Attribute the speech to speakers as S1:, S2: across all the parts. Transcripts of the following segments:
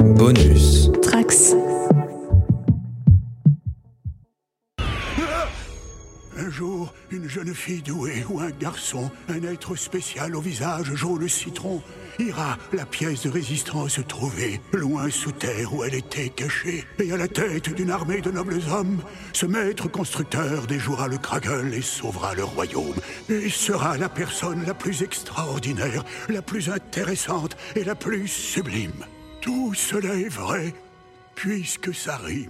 S1: Bonus.
S2: Trax.
S3: Un jour, une jeune fille douée ou un garçon, un être spécial au visage jaune citron, ira la pièce de résistance trouver, loin sous terre où elle était cachée, et à la tête d'une armée de nobles hommes, ce maître constructeur déjouera le Kragel et sauvera le royaume, et sera la personne la plus extraordinaire, la plus intéressante et la plus sublime. Tout cela est vrai, puisque ça rime.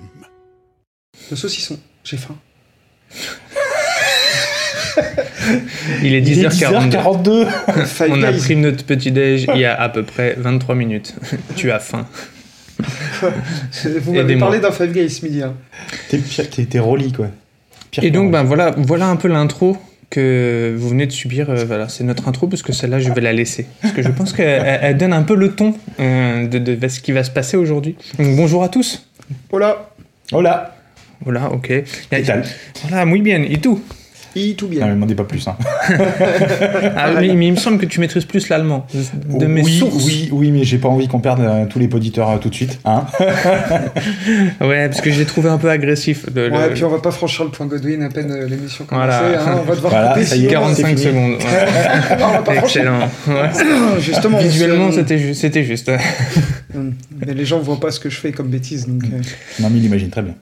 S4: Le saucisson, j'ai faim.
S5: Il est
S6: Il est
S5: 10h42.
S6: 10h42.
S4: Five
S5: On a
S4: Guys.
S5: pris notre petit déj il y a à peu près 23 minutes. tu as faim.
S4: Vous
S5: Et
S4: m'avez
S5: des
S4: parlé
S5: mois.
S4: d'un Five Guys ce midi. hein.
S6: T'es pire- T'es t'es Rolly, quoi. Pire
S5: Et donc
S6: qu'un-
S5: ben voilà, voilà un peu l'intro que vous venez de subir. euh, voilà, c'est notre intro parce que celle-là je vais la laisser parce que je pense qu'elle elle- elle donne un peu le ton euh, de, de ce qui va se passer aujourd'hui. Donc bonjour à tous.
S4: Hola,
S6: Hola
S5: Voilà, ok.
S6: Et tal.
S5: Voilà, muy bien, et tout.
S4: i tout
S6: Non,
S4: bien.
S6: me demandez pas plus. Hein.
S5: Ah, mais, mais il me semble que tu maîtrises plus l'allemand de de mes
S6: oui,
S5: sources.
S6: oui, oui, mais j'ai pas envie qu'on perde euh, tous les auditeurs euh, tout de suite. Hein
S5: Ouais, parce que je l'ai trouvé un peu agressif. le- le-
S4: Ouais, puis on va pas franchir le point Godwin à peine euh, l'émission
S5: Voilà.
S4: commencée. hein, on va devoir
S6: Voilà,
S4: couper,
S6: ça y est.
S4: sinon-
S5: 45
S6: c'est fini.
S5: secondes. ouais.
S4: Ah, on va pas franchir.
S5: Excellent. Ouais.
S4: Justement, on se-
S5: Visuellement, c'était ju- c'était juste.
S4: Hum, Mais les gens voient pas ce que je fais comme bêtise. Donc, euh,
S6: Non, mais il imagine très bien.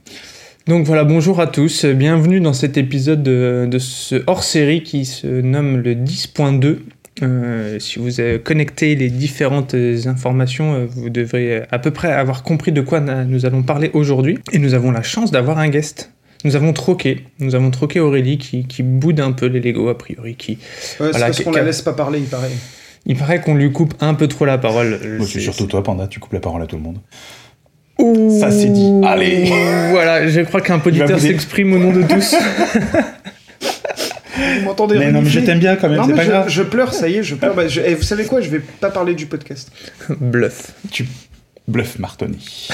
S5: Donc voilà, bonjour à tous, euh, bienvenue dans cet épisode de, de ce hors-série qui se nomme le 10.2. Euh, si vous euh, connectez les différentes euh, informations, euh, vous devrez euh, à peu près avoir compris de quoi na- nous allons parler aujourd'hui. Et nous avons la chance d'avoir un guest. Nous avons troqué, nous avons troqué Aurélie qui, qui boude un peu les Lego a priori. Qui...
S4: ouais, c'est
S5: Voilà,
S4: parce qu'on la
S5: quelqu'un-
S4: laisse pas parler, il paraît.
S5: Il paraît qu'on lui coupe un peu trop la parole. Euh,
S6: Moi, c'est
S5: c'est-
S6: surtout toi, Panda, tu coupes la parole à tout le monde.
S5: Ouh.
S6: Ça, c'est dit. Allez.
S5: Voilà, je crois qu'un
S6: Il va
S5: auditeur
S6: bouder.
S5: s'exprime au nom de tous.
S4: Vous m'entendez
S6: Mais non, mais je
S4: renifler
S6: t'aime bien quand même,
S4: Non,
S6: c'est
S4: mais
S6: pas
S4: je,
S6: grave.
S4: je pleure, ça y est, je pleure. Bah, je- eh, vous savez quoi Je vais pas parler du podcast.
S5: Bluff.
S6: Tu bluffes Martoni.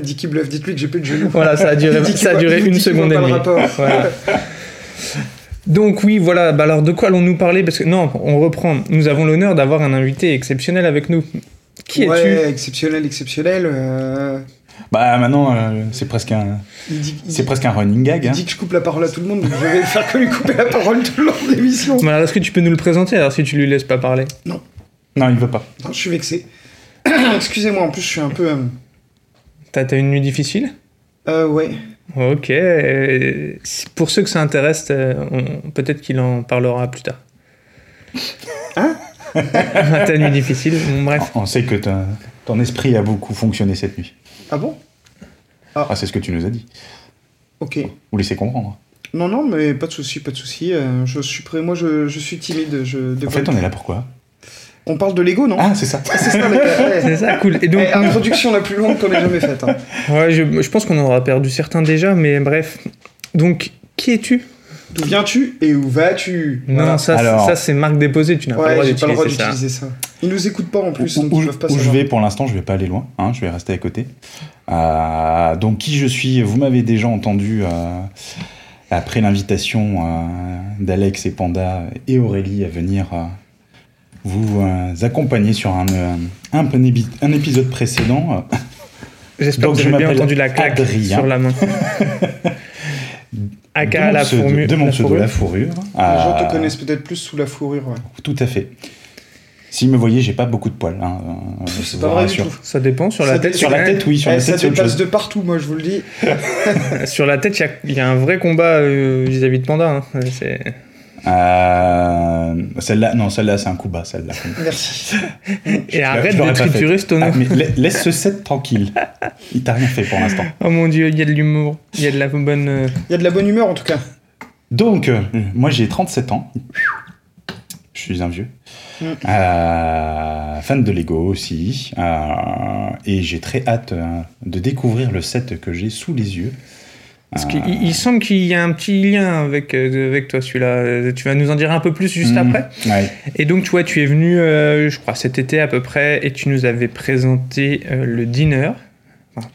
S4: Dit qui bluffe, dites-lui que j'ai plus de genoux.
S5: Voilà, ça a duré,
S4: Dites qu'il
S5: ça a
S4: voit-
S5: duré
S4: dites
S5: une
S4: qu'il
S5: seconde et
S4: voit pas
S5: demie.
S4: le rapport.
S5: Voilà. Donc oui, voilà, bah alors de quoi allons-nous parler Parce que non, on reprend. Nous avons l'honneur d'avoir un invité exceptionnel avec nous. Qui es-tu
S4: Ouais, exceptionnel, exceptionnel. euh,
S6: Bah, maintenant, euh, c'est presque un,
S4: il dit, il
S6: c'est
S4: dit-
S6: presque un running gag.
S4: il
S6: hein.
S4: dit que je coupe la parole à tout le monde, donc je vais faire que lui couper la parole tout le long de l'émission.
S5: Bah, alors, Est-ce que tu peux nous le présenter alors si tu lui laisses pas parler
S6: Non, il veut pas.
S4: Non, je suis vexé. Excusez-moi, en plus, je suis un peu. euh,
S5: T'as t'as une nuit difficile
S4: euh, ouais.
S5: Ok. euh, si- Pour ceux que ça intéresse, euh, on- peut-être qu'il en parlera plus tard. Hein T'as une nuit difficile bon, Bref.
S6: On sait que t'as- ton esprit a beaucoup fonctionné cette nuit.
S4: Ah bon
S6: Ah, c'est ce que tu nous as dit.
S4: Ok.
S6: Vous laissez comprendre.
S4: Non, non, mais pas de souci, pas de souci. euh, je suis prêt. Moi, je, je suis timide. Je
S6: En
S4: devrais-
S6: fait, on est là pourquoi
S4: on... parle de Lego, non
S6: Ah, c'est ça.
S4: C'est ça, les gars,
S5: C'est
S4: ouais.
S5: ça, cool. Et donc,
S4: Eh, Introduction la plus longue qu'on ait jamais faite. hein.
S5: Ouais, je, je pense qu'on en aura perdu certains déjà, mais bref. Donc, qui es-tu
S4: D'où viens-tu et où vas-tu
S5: Non,
S4: Voilà.
S5: ça,
S6: Alors-
S5: ça c'est marque déposée, tu n'as pas le
S4: Ouais,
S5: droit
S4: j'ai pas le droit
S5: d'utiliser ça.
S4: d'utiliser ça. Ils nous écoutent pas en plus,
S6: où,
S4: donc
S6: où-
S4: ils peuvent pas
S6: où je
S4: savoir.
S6: vais pour l'instant, je vais pas aller loin, hein, je vais rester à côté. Euh, donc qui je suis Vous m'avez déjà entendu euh, après l'invitation euh, d'Alex et Panda et Aurélie à venir euh, vous euh, accompagner sur un, euh, un, pénébi- un épisode précédent. euh,
S5: J'espère
S6: Donc,
S5: que
S6: je
S5: vous avez bien
S6: m'appelle
S5: entendu la claque
S6: Adrien.
S5: sur la main.
S6: de
S5: Aka
S6: mon
S5: la
S6: pseudo-
S5: fourmu-
S6: de mon
S5: la
S6: pseudo,
S5: fourrure.
S6: la fourrure.
S4: Les gens
S6: Euh,
S4: te connaissent peut-être plus sous la fourrure. Ouais.
S6: Tout à fait. Si me voyez, j'ai pas beaucoup de poils. hein, euh, je
S4: C'est
S6: vous
S4: pas vrai du
S6: rassure.
S4: tout.
S5: Ça dépend, sur
S4: Ça
S5: la
S4: dé-
S5: tête,
S6: Sur
S5: c'est
S6: la
S5: quand même-
S6: tête, oui, sur
S4: Eh,
S6: la
S4: ça
S6: tête, c'est autre
S4: dépasse
S6: chose.
S4: de partout, moi je vous le dis.
S5: sur la tête, il y a- il y, a un vrai combat euh, vis-à-vis de Panda. hein. C'est-
S6: Euh, celle-là, non, celle-là, c'est un coup bas, celle-là.
S4: Merci.
S5: Et arrête
S6: je
S5: de
S6: l'aurais pas
S5: triturer ce tonneau.
S6: Ah, mais la- laisse ce set tranquille. Il t'a rien fait pour l'instant.
S5: Oh mon dieu, il y a de l'humour, il y a de la bonne. euh,
S4: Il y a de la bonne humeur en tout cas.
S6: Donc, euh, moi j'ai 37 ans. Je suis un vieux.
S4: Mm.
S6: Euh, fan de Lego aussi. Euh, et j'ai très hâte euh, de découvrir le set que j'ai sous les yeux.
S5: Parce
S6: Ah.
S5: qu'il il- il semble qu'il y a un petit lien avec, euh, avec toi, celui-là. Euh, Tu vas nous en dire un peu plus juste
S6: Mm.
S5: après
S6: Ouais.
S5: Et donc, tu vois, tu es venu, euh, je crois, cet été à peu près, et tu nous avais présenté euh, le dîner. Enfin,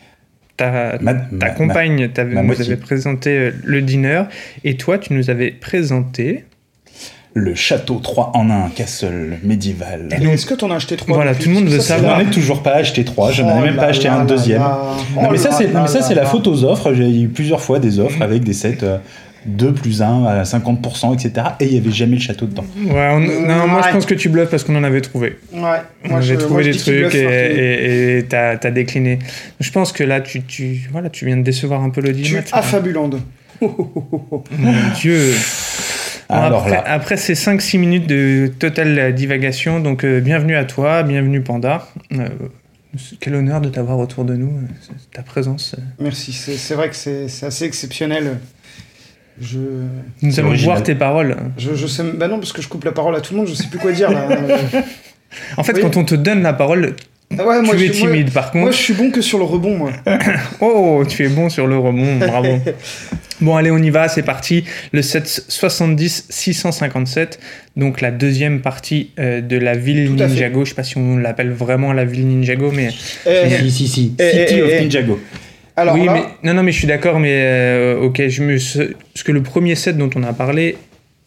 S5: ta,
S6: Ma-
S5: ta
S6: ma-
S5: compagne t'avait-
S6: ma
S5: nous
S6: moitié.
S5: avait présenté euh, le dîner, et toi, tu nous avais présenté
S6: le château 3 en 1, castle médiéval.
S4: Mais est-ce que t'en as acheté trois
S5: Voilà,
S4: depuis
S5: tout le monde veut
S4: Ça,
S6: Je
S4: c'est
S5: savoir.
S4: la-
S6: n'en ai toujours pas acheté 3, je n'en
S4: Oh
S6: ai même
S4: là
S6: pas acheté
S4: là
S6: un
S4: là
S6: deuxième.
S4: là.
S6: Non,
S4: Oh
S6: mais ça,
S4: là
S6: c'est
S4: là
S6: mais ça,
S4: là
S6: c'est la
S4: là.
S6: faute aux offres. J'ai eu plusieurs fois des
S4: Mhm.
S6: offres avec des sets euh, 2 plus 1 à 50%, etc. Et il n'y avait jamais le château dedans.
S4: Mhm.
S5: Ouais, on- non, moi je
S4: Euh, Ouais.
S5: pense que tu bluffes parce qu'on en avait trouvé.
S4: Ouais,
S5: On
S4: moi
S5: avait
S4: je
S5: trouvé
S4: moi, je
S5: des
S4: dis qu'il
S5: trucs
S4: bluffe hein.
S5: et-
S4: surtout.
S5: et et t'as t'as décliné. Je pense que là, tu, tu, voilà, tu viens de décevoir un peu le
S4: Tu
S5: diamant.
S4: es affabulande. Oh, oh, oh, oh, oh.
S5: Mon Dieu. Bon,
S6: Ah, Alors
S5: après,
S6: là.
S5: après ces 5-6 minutes de totale divagation, donc euh, bienvenue à toi, bienvenue Panda. Euh, quel honneur de t'avoir autour de nous, euh, ta présence.
S4: Merci, c'est c'est vrai que c'est c'est assez exceptionnel. Je,
S5: Nous
S6: C'est
S5: allons
S6: original.
S5: voir tes paroles.
S4: je, je sais. Bah non, parce que je coupe la parole à tout le monde, je sais plus quoi dire là. Euh,
S5: En fait,
S4: Oui.
S5: quand on te donne la parole,
S4: ah ouais, moi,
S5: tu
S4: je,
S5: es
S4: suis- moi-
S5: timide. Par
S4: Moi,
S5: contre,
S4: je suis bon que sur le rebond, moi.
S5: oh, tu es bon sur le rebond, bravo. Bon, allez, on y va, c'est parti. Le 770-657, donc la deuxième partie euh, de la ville
S4: Tout à fait.
S5: Ninjago. Je sais pas si on l'appelle vraiment la ville Ninjago, mais.
S4: Eh,
S6: Si, si, si.
S4: eh,
S6: City
S4: eh,
S6: of
S4: eh.
S6: Ninjago.
S4: alors
S5: oui,
S4: là,
S5: mais, non, non, mais je suis d'accord, mais euh, ok, je me. ce- Parce que le premier set dont on a parlé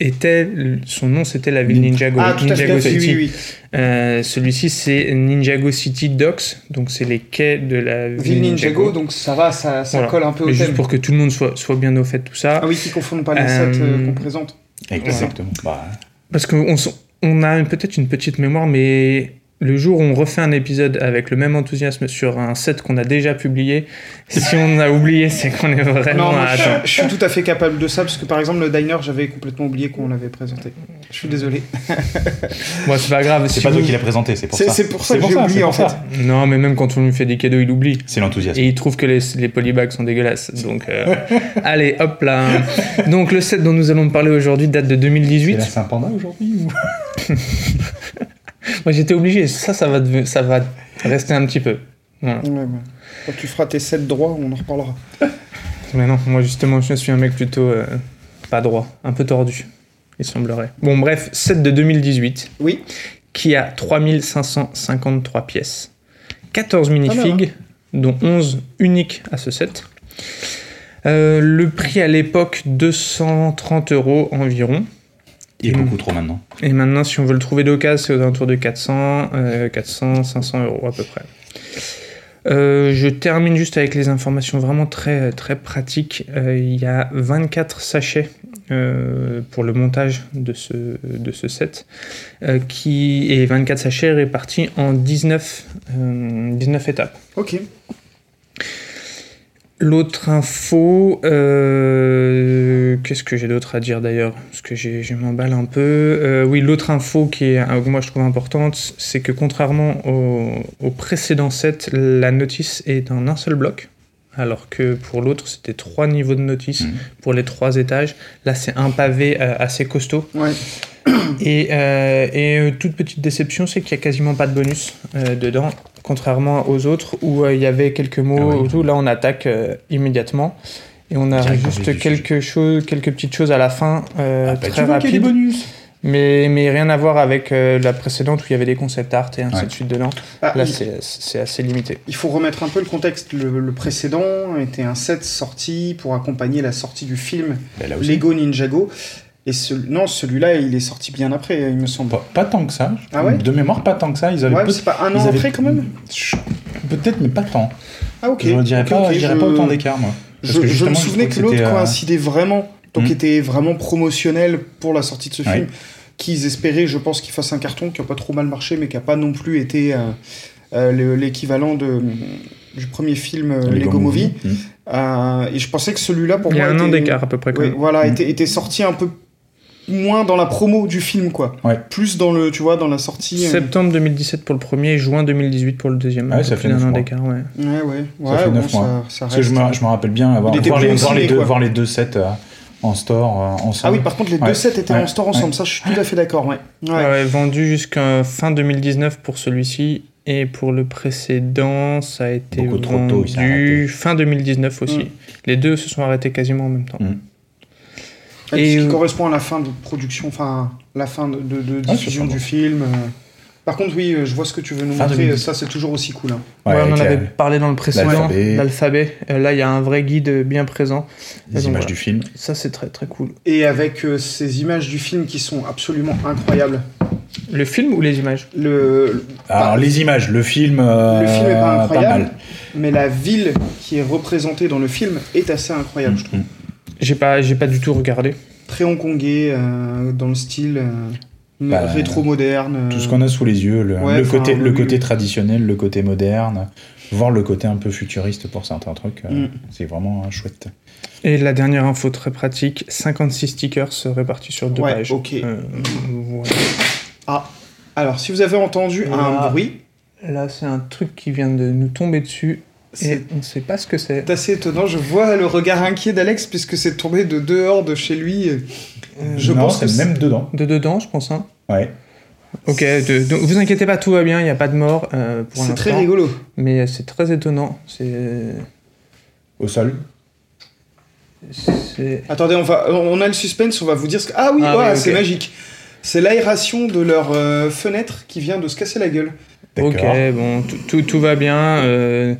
S5: était. Son nom, c'était la ville
S6: Nin-
S5: Ninjago.
S4: ah tout à fait,
S5: Ninjago
S4: oui,
S5: City.
S4: oui, oui.
S5: Euh, Celui-ci, c'est Ninjago City Docks, donc c'est les quais de la ville,
S4: Ville Ninjago, donc ça va, ça, ça
S5: Voilà.
S4: colle un peu au
S5: Mais juste
S4: thème.
S5: pour que tout le monde soit, soit bien au fait de tout ça.
S4: Ah oui, qui confondent pas les
S5: Euh,
S4: sets euh, qu'on présente.
S6: Exactement. Bah,
S5: Parce qu'on on a une- peut-être une petite mémoire, mais le jour où on refait un épisode avec le même enthousiasme sur un set qu'on a déjà publié, si on a oublié, c'est qu'on est
S4: euh, Non,
S5: vraiment
S4: moi,
S5: à
S4: je,
S5: temps.
S4: je suis tout à fait capable de ça, parce que par exemple, le diner, j'avais complètement oublié qu'on l'avait présenté. Je suis désolé.
S5: Bon, c'est pas grave. si
S6: c'est pas
S5: vous-
S6: toi qui l'as présenté, c'est pour
S4: C'est
S6: ça.
S4: c'est pour ça
S6: C'est
S4: que j'ai
S6: c'est
S4: oublié,
S6: pour
S4: en fait.
S6: ça.
S5: Non, mais même quand on lui fait des cadeaux, il oublie.
S6: C'est l'enthousiasme.
S5: Et il trouve que les, les polybags sont dégueulasses. Donc, euh, allez, hop là. Donc, le set dont nous allons parler aujourd'hui date de 2018.
S6: C'est un panda aujourd'hui ou...
S5: Moi, j'étais obligé. Ça, ça va, deve- ça va rester un petit peu. Voilà.
S4: Ouais, ouais. Quand tu feras tes sets droits, on en reparlera.
S5: Mais non, moi justement, je suis un mec plutôt euh, pas droit, un peu tordu, il semblerait. Bon, bref, 7 de 2018,
S4: Oui,
S5: qui a 3553 pièces, 14
S4: Pas mal, hein.
S5: minifigs, dont 11 uniques à ce set. Euh, le prix à l'époque 230 euros environ.
S6: Il est
S4: Mm.
S6: beaucoup trop maintenant.
S5: Et maintenant, si on veut le trouver d'occasion, c'est aux alentours de 400, euh, 400, 500 euros à peu près. Euh, je termine juste avec les informations vraiment très, très pratiques. Euh, Il y a 24 sachets euh, pour le montage de ce, de ce set euh, qui, et 24 sachets répartis en 19, euh, 19 étapes.
S4: ok.
S5: L'autre info, euh, qu'est-ce que j'ai d'autre à dire d'ailleurs Parce que j'ai- je m'emballe un peu. Euh, oui, l'autre info qui est, euh, que moi je trouve importante, c'est que contrairement au, au précédent set, la notice est en un seul bloc. Alors que pour l'autre, c'était trois niveaux de notice
S6: Mhm.
S5: pour les trois étages. Là, c'est un pavé euh, assez costaud.
S4: Ouais.
S5: Et, euh, et, euh, toute petite déception, c'est qu'il n'y a quasiment pas de bonus euh, dedans, contrairement aux autres où euh, il y avait quelques mots
S6: Ah oui.
S5: ou tout. Là, on attaque euh, immédiatement et on a
S6: Direct dans le vif
S5: juste
S6: du
S5: quelques, choses, quelques petites choses à la fin, euh,
S6: Ah, bah,
S5: très
S6: tu vois qu'il y a des
S5: rapides,
S6: bonus.
S5: mais, mais rien à voir avec euh, la précédente où il y avait des concept art et ainsi
S6: Ouais.
S5: de suite dedans.
S4: Ah,
S5: Là,
S4: il-
S5: c'est c'est assez limité.
S4: Il faut remettre un peu le contexte. Le, le précédent était un set sorti pour accompagner la sortie du film
S6: Bah, là aussi.
S4: Lego Ninjago. Et ce- non, celui-là, il est sorti bien après, il me semble.
S6: Pas, pas tant que ça.
S4: Ah ouais
S6: De mémoire, pas tant que ça. Ils avaient
S4: Ouais,
S6: peu-
S4: c'est pas un
S6: ils
S4: an
S6: avaient-
S4: après quand même
S6: Chut, Peut-être, mais pas tant.
S4: Ah, ok.
S6: je ne dirais,
S4: ok,
S6: pas,
S4: ok,
S6: je dirais
S4: je-
S6: pas autant d'écart, moi. Parce
S4: Je,
S6: que
S4: je
S6: justement,
S4: me
S6: je
S4: souvenais
S6: crois
S4: que
S6: que
S4: l'autre
S6: c'était, euh,
S4: coïncidait vraiment, donc
S6: Hmm.
S4: était vraiment promotionnel pour la sortie de ce
S6: Ouais.
S4: film, qu'ils espéraient, je pense, qu'ils fassent un carton qui n'a pas trop mal marché, mais qui n'a pas non plus été euh, euh, le- l'équivalent de du premier film euh, Lego, Movie.
S5: Hmm.
S6: Mm.
S4: Euh, et je pensais que celui-là, pour
S5: Il y
S4: moi,
S5: a un an
S4: était-
S5: d'écart à peu près. quand
S4: Ouais,
S5: même.
S4: voilà,
S6: Mm.
S4: était, était sorti un peu moins dans la promo du film, quoi.
S6: Ouais.
S4: Plus dans le, tu vois, dans la sortie. euh,
S5: Septembre 2017 pour le premier, juin 2018 pour le deuxième.
S6: Ah ouais,
S5: Un peu
S6: ça
S5: plus
S6: fait
S5: d'un
S6: neuf
S5: an
S6: mois.
S5: d'écart, ouais.
S4: Ouais, ouais.
S6: Ça fait
S4: Ouais, bon,
S6: neuf mois.
S4: ça, ça
S6: Parce que
S4: reste.
S6: je me, je me rappelle bien avoir
S4: Il était
S6: voir,
S4: plus
S6: les, voir,
S4: ciné,
S6: les deux,
S4: quoi.
S6: voir les deux sets euh, en store euh,
S4: Ah
S6: ensemble.
S4: oui, par contre, les
S6: Ouais.
S4: deux sets étaient
S6: Ouais.
S4: en store ensemble, ça, je suis tout à fait d'accord, ouais. Ouais.
S5: Ouais, vendu jusqu'à fin 2019 pour celui-ci. Et pour le précédent, ça a été
S6: Beaucoup trop tôt, il s'est
S5: vendu
S6: arrêté.
S5: fin 2019 aussi.
S4: Mm.
S5: Les deux se sont arrêtés quasiment en même temps.
S6: Mm.
S4: Et
S5: Et
S4: ce qui
S5: euh,
S4: Ah, correspond à la fin de production, enfin la fin de, de- de
S6: Ah,
S4: diffusion
S6: c'est pas
S4: du film. euh, Par contre, oui, euh, je vois ce que tu veux nous
S6: Fin
S4: montrer.
S6: 2010.
S4: Ça, c'est toujours aussi cool. hein.
S5: Ouais, on en
S6: avec la-
S5: avait parlé dans le précédent,
S6: l'alphabet.
S5: l'alphabet. Euh, Là, il y a un vrai guide euh, bien présent.
S6: les
S5: donc,
S6: images
S5: voilà.
S6: du film.
S5: Ça, c'est très très cool.
S4: Et avec euh, ces images du film qui sont absolument incroyables.
S5: Le film ou les images
S4: Le,
S6: Ah, Alors, les images, le film. euh,
S4: le film est pas incroyable,
S6: mal.
S4: mais la ville qui est représentée dans le film est assez incroyable, je trouve.
S6: Mhm.
S5: J'ai pas, j'ai pas du tout regardé.
S4: Très hongkongais, euh, dans le style euh,
S6: Bah,
S4: rétro-moderne.
S5: Hmm.
S6: Tout ce qu'on a sous les yeux, le,
S4: Ouais,
S6: le
S4: enfin,
S6: côté, le
S4: oui,
S6: côté
S4: oui.
S6: traditionnel, le côté moderne, voire le côté un peu futuriste pour certains trucs. euh,
S4: Mm.
S6: C'est vraiment euh, chouette.
S5: Et la dernière info très pratique 56 stickers répartis sur deux
S4: Ouais,
S5: pages.
S4: ok.
S5: Euh, voilà.
S4: Ah, alors si vous avez entendu
S5: Voilà.
S4: un bruit,
S5: Là, c'est un truc qui vient de nous tomber dessus et
S4: c'est
S5: on sait pas ce que c'est.
S4: assez étonnant. Je vois le regard inquiet d'Alex puisque c'est tombé de dehors de chez lui.
S5: Euh,
S4: Je
S6: non,
S4: pense que
S6: c'est même dedans.
S5: De dedans, je pense. Hein.
S6: Ouais.
S5: Ok, de- donc vous inquiétez pas, tout va bien, il n'y a pas de mort euh, pour
S4: C'est très
S5: l'instant.
S4: rigolo.
S5: Mais euh, c'est très étonnant. C'est.
S6: Au sol.
S5: c'est-
S4: Attendez, on, va, on a le suspense, on va vous dire ce que... Ah oui,
S5: Ah
S4: ouah,
S5: oui, ok.
S4: c'est magique. C'est l'aération de leur euh, fenêtre qui vient de se casser la gueule.
S6: D'accord.
S5: Ok, bon, tout- tout, tout va bien. euh,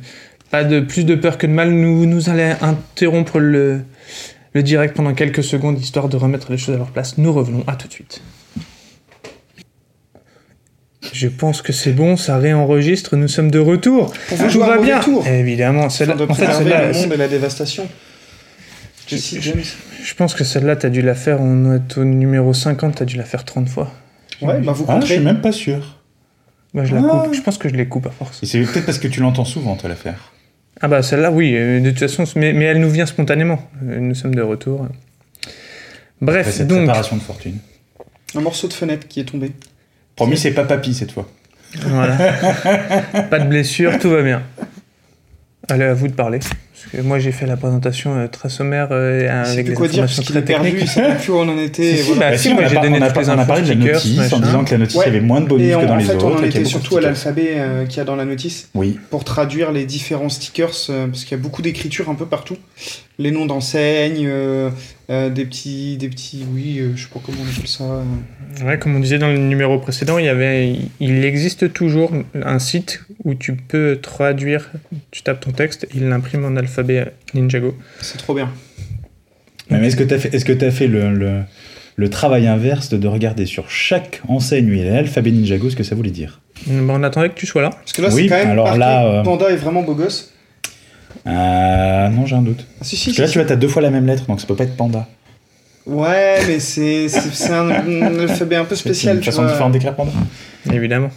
S5: pas de plus de peur que de mal. Nous, nous allons interrompre le, le direct pendant quelques secondes histoire de remettre les choses à leur place. Nous revenons, à tout de suite. Je pense que c'est bon, ça réenregistre, nous sommes de retour.
S4: Pour vous
S5: Tout
S4: jouer un
S5: va
S4: mauvais
S5: bien.
S4: tour.
S5: Évidemment,
S4: Afin
S5: celle-là.
S4: de
S5: En fait,
S4: préserver
S5: celle-là,
S4: le monde et la dévastation. Jesse James.
S5: je pense que celle-là, t'as dû la faire, on doit être au numéro 50, t'as dû la faire 30 fois.
S4: Ouais, bah vous
S6: Ah, je
S4: compterez.
S6: suis même pas sûr.
S5: Bah, je la
S6: Ah.
S5: coupe, je pense que je les coupe à force.
S6: Et c'est peut-être parce que tu l'entends souvent, toi, l'affaire.
S5: Ah bah celle-là, oui, euh, de toute façon, mais, mais elle nous vient spontanément. Euh, Nous sommes de retour.
S6: Après
S5: Bref,
S6: cette
S5: donc,
S6: séparation de fortune.
S4: Un morceau de fenêtre qui est tombé.
S6: Promis, c'est pas papy cette fois.
S5: voilà. pas de blessure, tout va bien. Allez, à vous de parler. Parce que moi, j'ai fait la présentation euh, très sommaire euh, et
S4: Je sais
S5: avec
S4: plus
S5: des
S4: quoi dire parce
S5: informations
S4: qu'il est
S5: très
S4: perdu,
S5: techniques.
S4: il sait plus où on en était. et
S5: Si, si,
S4: voilà.
S5: bah,
S6: Bah,
S5: si,
S6: on
S5: moi,
S6: a
S5: j'ai
S6: pas-
S5: donné
S6: on a
S5: toutes
S6: pas-
S5: les
S6: on a parlé de la
S5: infos
S6: notice
S5: stickers,
S6: en
S5: machin.
S6: disant que la notice
S4: Ouais.
S6: avait moins de
S5: bah,
S6: bonus
S4: Et
S6: que
S4: en,
S6: dans
S4: en
S6: les
S4: fait,
S6: autres.
S4: on en
S6: et qu'il y a
S4: était
S6: beaucoup de
S4: surtout à
S6: stickers.
S4: l'alphabet euh, qu'il y a dans l'alphabet
S6: Oui,
S4: pour traduire les différents stickers, euh, parce qu'il y a beaucoup d'écritures un peu partout. Les noms d'enseignes, euh, euh, des petits, des petits, oui, euh, je sais pas comment on appelle ça. euh.
S5: Ouais, comme on disait dans le numéro précédent, il, y avait, il existe toujours un site où tu peux traduire, tu tapes ton texte, il l'imprime en alphabet Ninjago.
S4: C'est trop bien. Mm.
S6: Ouais, Mais est-ce que tu as fait, est-ce que t'as fait le, le- le travail inverse de, de regarder sur chaque enseigne où il y a l'alphabet Ninjago ce que ça voulait dire
S5: Bon, on attendait que tu sois là.
S4: Parce que là,
S6: Oui,
S4: c'est quand même
S6: alors
S4: marqué,
S6: là, euh,
S4: Panda est vraiment beau gosse.
S6: Ah non, j'ai un doute.
S4: Ah, si, si, si,
S6: Parce que là,
S4: si.
S6: tu vois, t'as deux fois la même lettre, donc ça peut pas être panda.
S4: Ouais, mais c'est c'est- c'est un, un alphabet un peu
S6: C'est- c'est
S4: spécial.
S6: Une
S4: tu
S6: façon
S4: vois.
S6: différente d'écrire panda.
S5: Évidemment.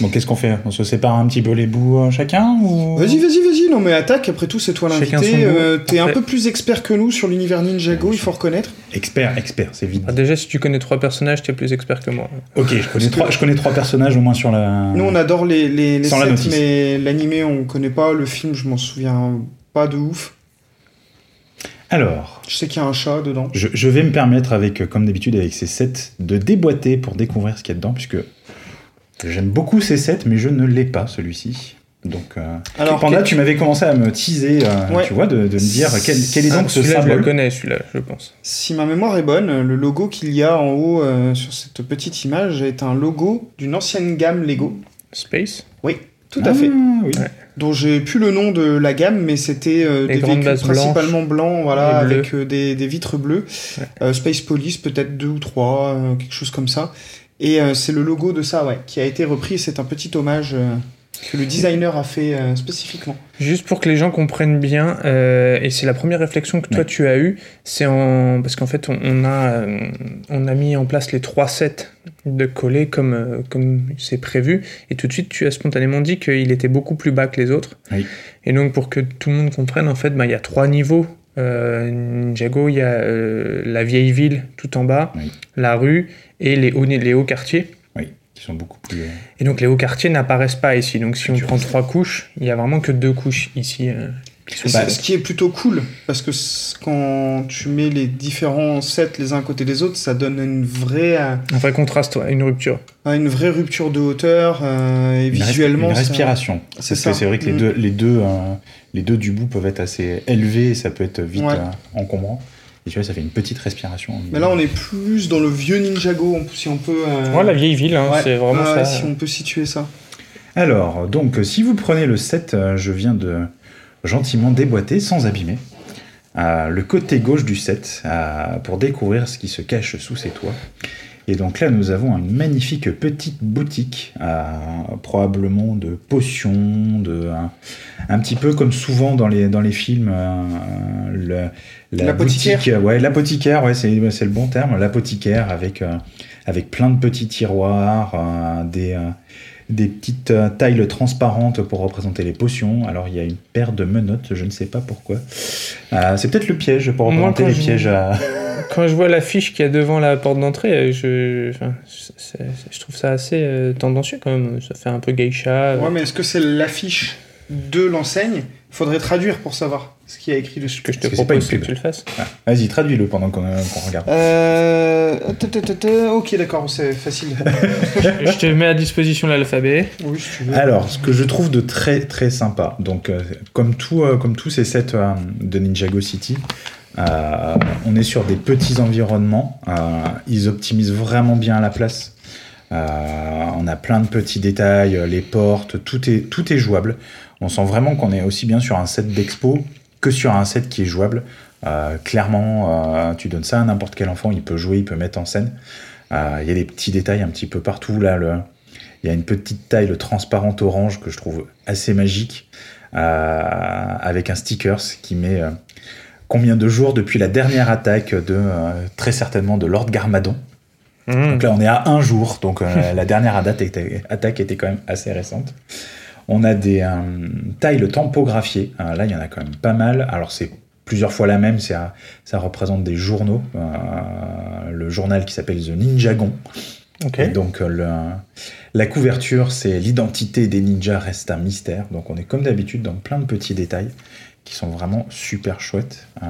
S6: Bon, qu'est-ce qu'on fait On se sépare un petit peu les bouts euh, chacun ou...
S4: Vas-y, vas-y, vas-y, non mais attaque, après tout c'est toi
S5: Chacun son
S4: l'invité,
S5: goût.
S4: euh, t'es un
S5: Parfait.
S4: peu plus expert que nous sur l'univers Ninjago, il faut reconnaître.
S6: Expert, expert, c'est vide.
S5: Ah, déjà, si tu connais trois personnages, t'es plus expert que moi.
S6: Ok, je connais,
S4: que-
S6: trois, je connais trois personnages au moins sur la.
S4: Nous, on adore les, les, les
S6: Sans la
S4: sets,
S6: notice.
S4: mais l'animé, on connaît pas. Le film, je m'en souviens pas de ouf.
S6: Alors,
S4: Je sais qu'il y a un chat dedans.
S6: Je, je vais me permettre, avec, euh, comme d'habitude, avec ces sets, de déboîter pour découvrir ce qu'il y a dedans, puisque j'aime beaucoup ces sets, mais je ne l'ai pas, celui-ci. Donc, euh,
S4: Alors,
S6: Panda,
S4: que-
S6: tu m'avais commencé à me teaser, euh,
S4: Ouais.
S6: tu vois, de, de me dire quel, quel est
S5: Ah,
S6: donc ce
S5: celui-là, je le
S6: symbole.
S5: connais, celui-là, je pense.
S4: si ma mémoire est bonne, le logo qu'il y a en haut euh, sur cette petite image est un logo d'une ancienne gamme Lego.
S5: Space
S4: Oui, tout à fait.
S6: Ah, oui.
S5: Ouais.
S4: Dont j'ai plus le nom de la gamme, mais c'était euh,
S5: Les
S4: des
S5: grandes
S4: véhicules
S5: bases
S4: principalement blancs, voilà,
S5: Et bleus.
S4: avec euh, des, des vitres bleues.
S5: Ouais.
S4: Euh, Space Police, peut-être deux ou trois, euh, quelque chose comme ça. Et euh, c'est le logo de ça, ouais, qui a été repris. C'est un petit hommage euh, que le designer a fait euh, spécifiquement.
S5: Juste pour que les gens comprennent bien, euh, et c'est la première réflexion que toi
S6: Ouais.
S5: tu as eue, c'est en... parce qu'en fait on, on a, euh, on a mis en place les trois sets de coller comme euh, comme c'est prévu, et tout de suite tu as spontanément dit qu'il était beaucoup plus bas que les autres.
S6: Oui.
S5: Et donc pour que tout le monde comprenne, en fait, ben, il y a trois niveaux. Euh, Ninjago, il y a euh, la vieille ville tout en bas,
S6: Oui.
S5: la rue et les hauts, les hauts quartiers.
S6: Oui, qui sont beaucoup plus. euh,
S5: Et donc les hauts quartiers n'apparaissent pas ici. Donc si on
S6: Tu
S5: prend trois couches, il y a vraiment que deux couches ici. euh, qui sont
S4: Et
S6: Bah,
S4: c'est- ce qui est plutôt cool, parce que c- quand tu mets les différents sets les uns à côté des autres, ça donne une vraie, euh,
S5: un vrai contraste, ouais, une rupture.
S4: une vraie rupture de hauteur euh, et
S6: une respi-
S4: visuellement.
S6: Une
S4: ça-
S6: respiration.
S4: c'est
S6: Parce
S4: ça.
S6: que c'est vrai que les
S4: Mm.
S6: deux, les, deux, euh, les deux du bout peuvent être assez élevés et ça peut être vite
S4: Ouais.
S6: euh, encombrant. Et tu vois, ça fait une petite respiration.
S4: Mais là, on est plus dans le vieux Ninjago, on- si on peut. euh,
S5: Ouais, la vieille ville, hein,
S4: ouais,
S5: c'est vraiment
S4: ouais,
S5: ça.
S4: Si on peut situer ça.
S6: Alors, donc, euh, si vous prenez le 7, euh, je viens de gentiment déboîter, sans abîmer, euh, le côté gauche du 7 euh, pour découvrir ce qui se cache sous ces toits. Et donc là, nous avons une magnifique petite boutique, euh, probablement de potions, de euh, un petit peu comme souvent dans les dans les films, euh, le- la
S4: L'apothicaire.
S6: boutique, ouais, l'apothicaire, ouais, c'est ouais, c'est le bon terme, l'apothicaire avec euh, avec plein de petits tiroirs, euh, des euh, des petites euh, tailles transparentes pour représenter les potions. Alors il y a une paire de menottes, je ne sais pas pourquoi. Euh, c'est peut-être le piège pour
S5: Moi,
S6: représenter
S5: quand
S6: les
S5: je-
S6: pièges à.
S5: Quand je vois l'affiche qu'il y a devant la porte d'entrée, euh, je, enfin, c'est- c'est- je trouve ça assez euh, tendancieux quand même. Ça fait un peu geisha. euh.
S4: Ouais, mais est-ce que c'est l'affiche de l'enseigne Faudrait traduire pour savoir ce qu'il y a écrit dessus.
S5: que je te
S6: Parce que c'est pas
S5: propose
S6: une
S5: que
S6: pub.
S5: tu le fasses.
S6: Ah, Vas-y, traduis-le pendant qu'on euh, qu'on regarde.
S4: Euh... ta, ta, ta, ta. Ok, d'accord, c'est facile.
S5: je te mets à disposition l'alphabet.
S4: oui, si tu veux.
S6: Alors, ce que je trouve de très très sympa, donc euh, comme tout, euh, comme tous ces sets euh, de Ninjago City, euh, on est sur des petits environnements. euh, ils optimisent vraiment bien la place. Euh, on a plein de petits détails, euh, les portes, tout est tout est jouable. On sent vraiment qu'on est aussi bien sur un set d'expo que sur un set qui est jouable. Euh, clairement, euh, tu donnes ça à n'importe quel enfant, il peut jouer, il peut mettre en scène. Euh, Il y a des petits détails un petit peu partout là. Le, il y a une petite taille transparente orange que je trouve assez magique, euh, avec un sticker qui met euh, combien de jours depuis la dernière attaque de euh, très certainement de Lord Garmadon.
S5: Hum.
S6: Donc là, on est à un jour, donc euh, la dernière attaque était, attaque était quand même assez récente. On a des euh, tiles tampographiées. Euh, là, il y en a quand même pas mal. Alors, c'est plusieurs fois la même. c'est à- ça représente des journaux. Euh, le journal qui s'appelle The Ninjagon.
S5: Ok.
S6: Et donc, euh, le- la couverture, c'est l'identité des ninjas reste un mystère. Donc, on est comme d'habitude dans plein de petits détails qui sont vraiment super chouettes. Euh,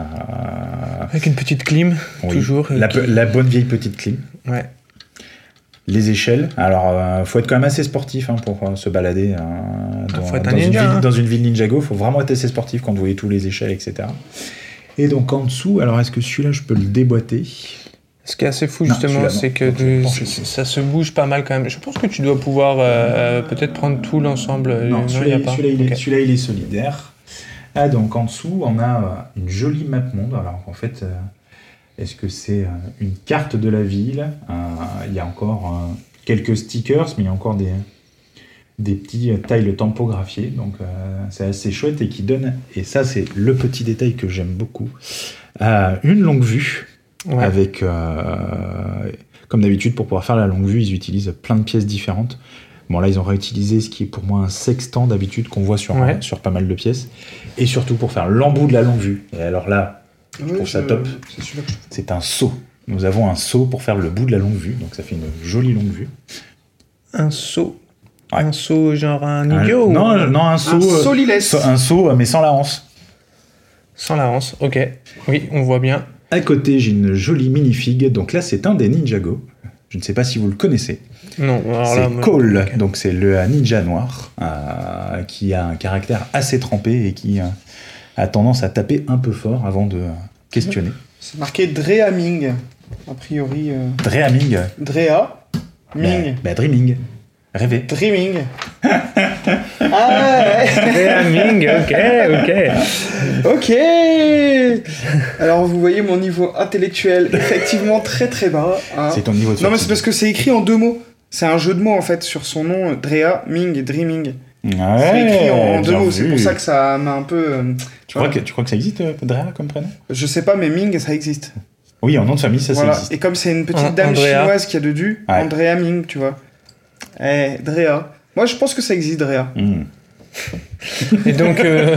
S5: Avec une petite clim,
S6: oui.
S5: toujours. euh,
S6: la,
S5: qui-
S6: pe- la bonne vieille petite clim.
S5: Ouais.
S6: Les échelles. Alors, euh, faut être quand même assez sportif hein, pour euh, se balader euh, dans,
S5: faut être un
S6: dans une
S5: ninja,
S6: ville,
S5: hein.
S6: dans une ville Ninjago. Faut vraiment être assez sportif quand vous voyez tous les échelles, etc. Et donc en dessous, alors est-ce que celui-là, je peux le déboîter
S5: Ce qui est assez fou
S6: Non,
S5: justement,
S6: celui-là,
S5: c'est
S6: non.
S5: que
S6: Donc, je
S5: tu-
S6: pense que
S5: ça- ça se bouge pas mal quand même. Je pense que tu dois pouvoir euh, peut-être prendre tout l'ensemble. euh,
S6: Non,
S5: il y a
S6: celui-là,
S5: pas.
S6: celui-là, il, est-
S5: Ok.
S6: celui-là, il est solidaire. Ah, donc en dessous, on a euh, une jolie map monde. Alors en fait, euh, est-ce que c'est euh, une carte de la ville Euh, Il y a encore euh, quelques stickers, mais il y a encore des, des petits euh, tiles tampographiés. Donc euh, c'est assez chouette et qui donne, et ça c'est le petit détail que j'aime beaucoup, euh, une longue vue
S5: Ouais.
S6: avec, euh, comme d'habitude, pour pouvoir faire la longue vue, ils utilisent plein de pièces différentes. Bon, là, ils ont réutilisé ce qui est pour moi un sextant d'habitude qu'on voit sur,
S5: Ouais.
S6: sur pas mal de pièces. Et surtout pour faire l'embout de la longue vue. Et alors là,
S4: Ouais,
S6: trouve ça top.
S4: C'est celui-là que je
S6: c'est un saut. Nous avons un saut pour faire le bout de la longue vue. Donc ça fait une jolie longue vue.
S5: Un saut.
S6: Ouais.
S5: Un saut genre un
S6: Un-
S5: idiot ou-
S6: non, non, un
S4: Un
S6: saut. euh,
S4: solilès.
S6: un saut, euh, mais sans la hanse.
S5: Sans la hanse, ok. Oui, on voit bien.
S6: À côté, j'ai une jolie minifig. Donc là, c'est un des Ninjago. Je ne sais pas si vous le connaissez.
S5: Non, alors là,
S6: C'est
S5: moi-
S6: Cole,
S5: ok.
S6: donc c'est le euh, ninja noir, euh, qui a un caractère assez trempé et qui euh, a tendance à taper un peu fort avant de euh, questionner.
S4: C'est marqué Drea Ming. A priori, euh,
S6: Dreaming.
S4: Drea
S6: Bah,
S4: Ming.
S6: bah, dreaming. Rêver.
S4: Dreaming. ah ouais.
S5: Programming, ok, ok.
S4: Ok Alors vous voyez mon niveau intellectuel effectivement très très bas. hein.
S6: C'est ton niveau de
S4: Non mais c'est
S6: fatigue.
S4: parce que c'est écrit en deux mots. C'est un jeu de mots en fait sur son nom, euh, Drea Ming et Dreaming.
S6: Ouais,
S4: c'est écrit en, en deux
S6: bien
S4: mots, c'est
S6: vu.
S4: pour ça que ça m'a un peu... euh,
S6: Tu crois que, tu crois que ça existe, euh, Drea, comme prénom
S4: Je sais pas mais Ming ça existe.
S6: Oui, en nom de famille, ça,
S4: voilà.
S6: ça existe.
S4: Et comme c'est une petite
S5: An-
S4: dame
S5: Andrea.
S4: chinoise qui a de du,
S6: Ouais.
S4: Andrea Ming tu vois. Eh, Drea. Moi je pense que ça existe Drea.
S6: Hmm.
S5: Et donc, euh,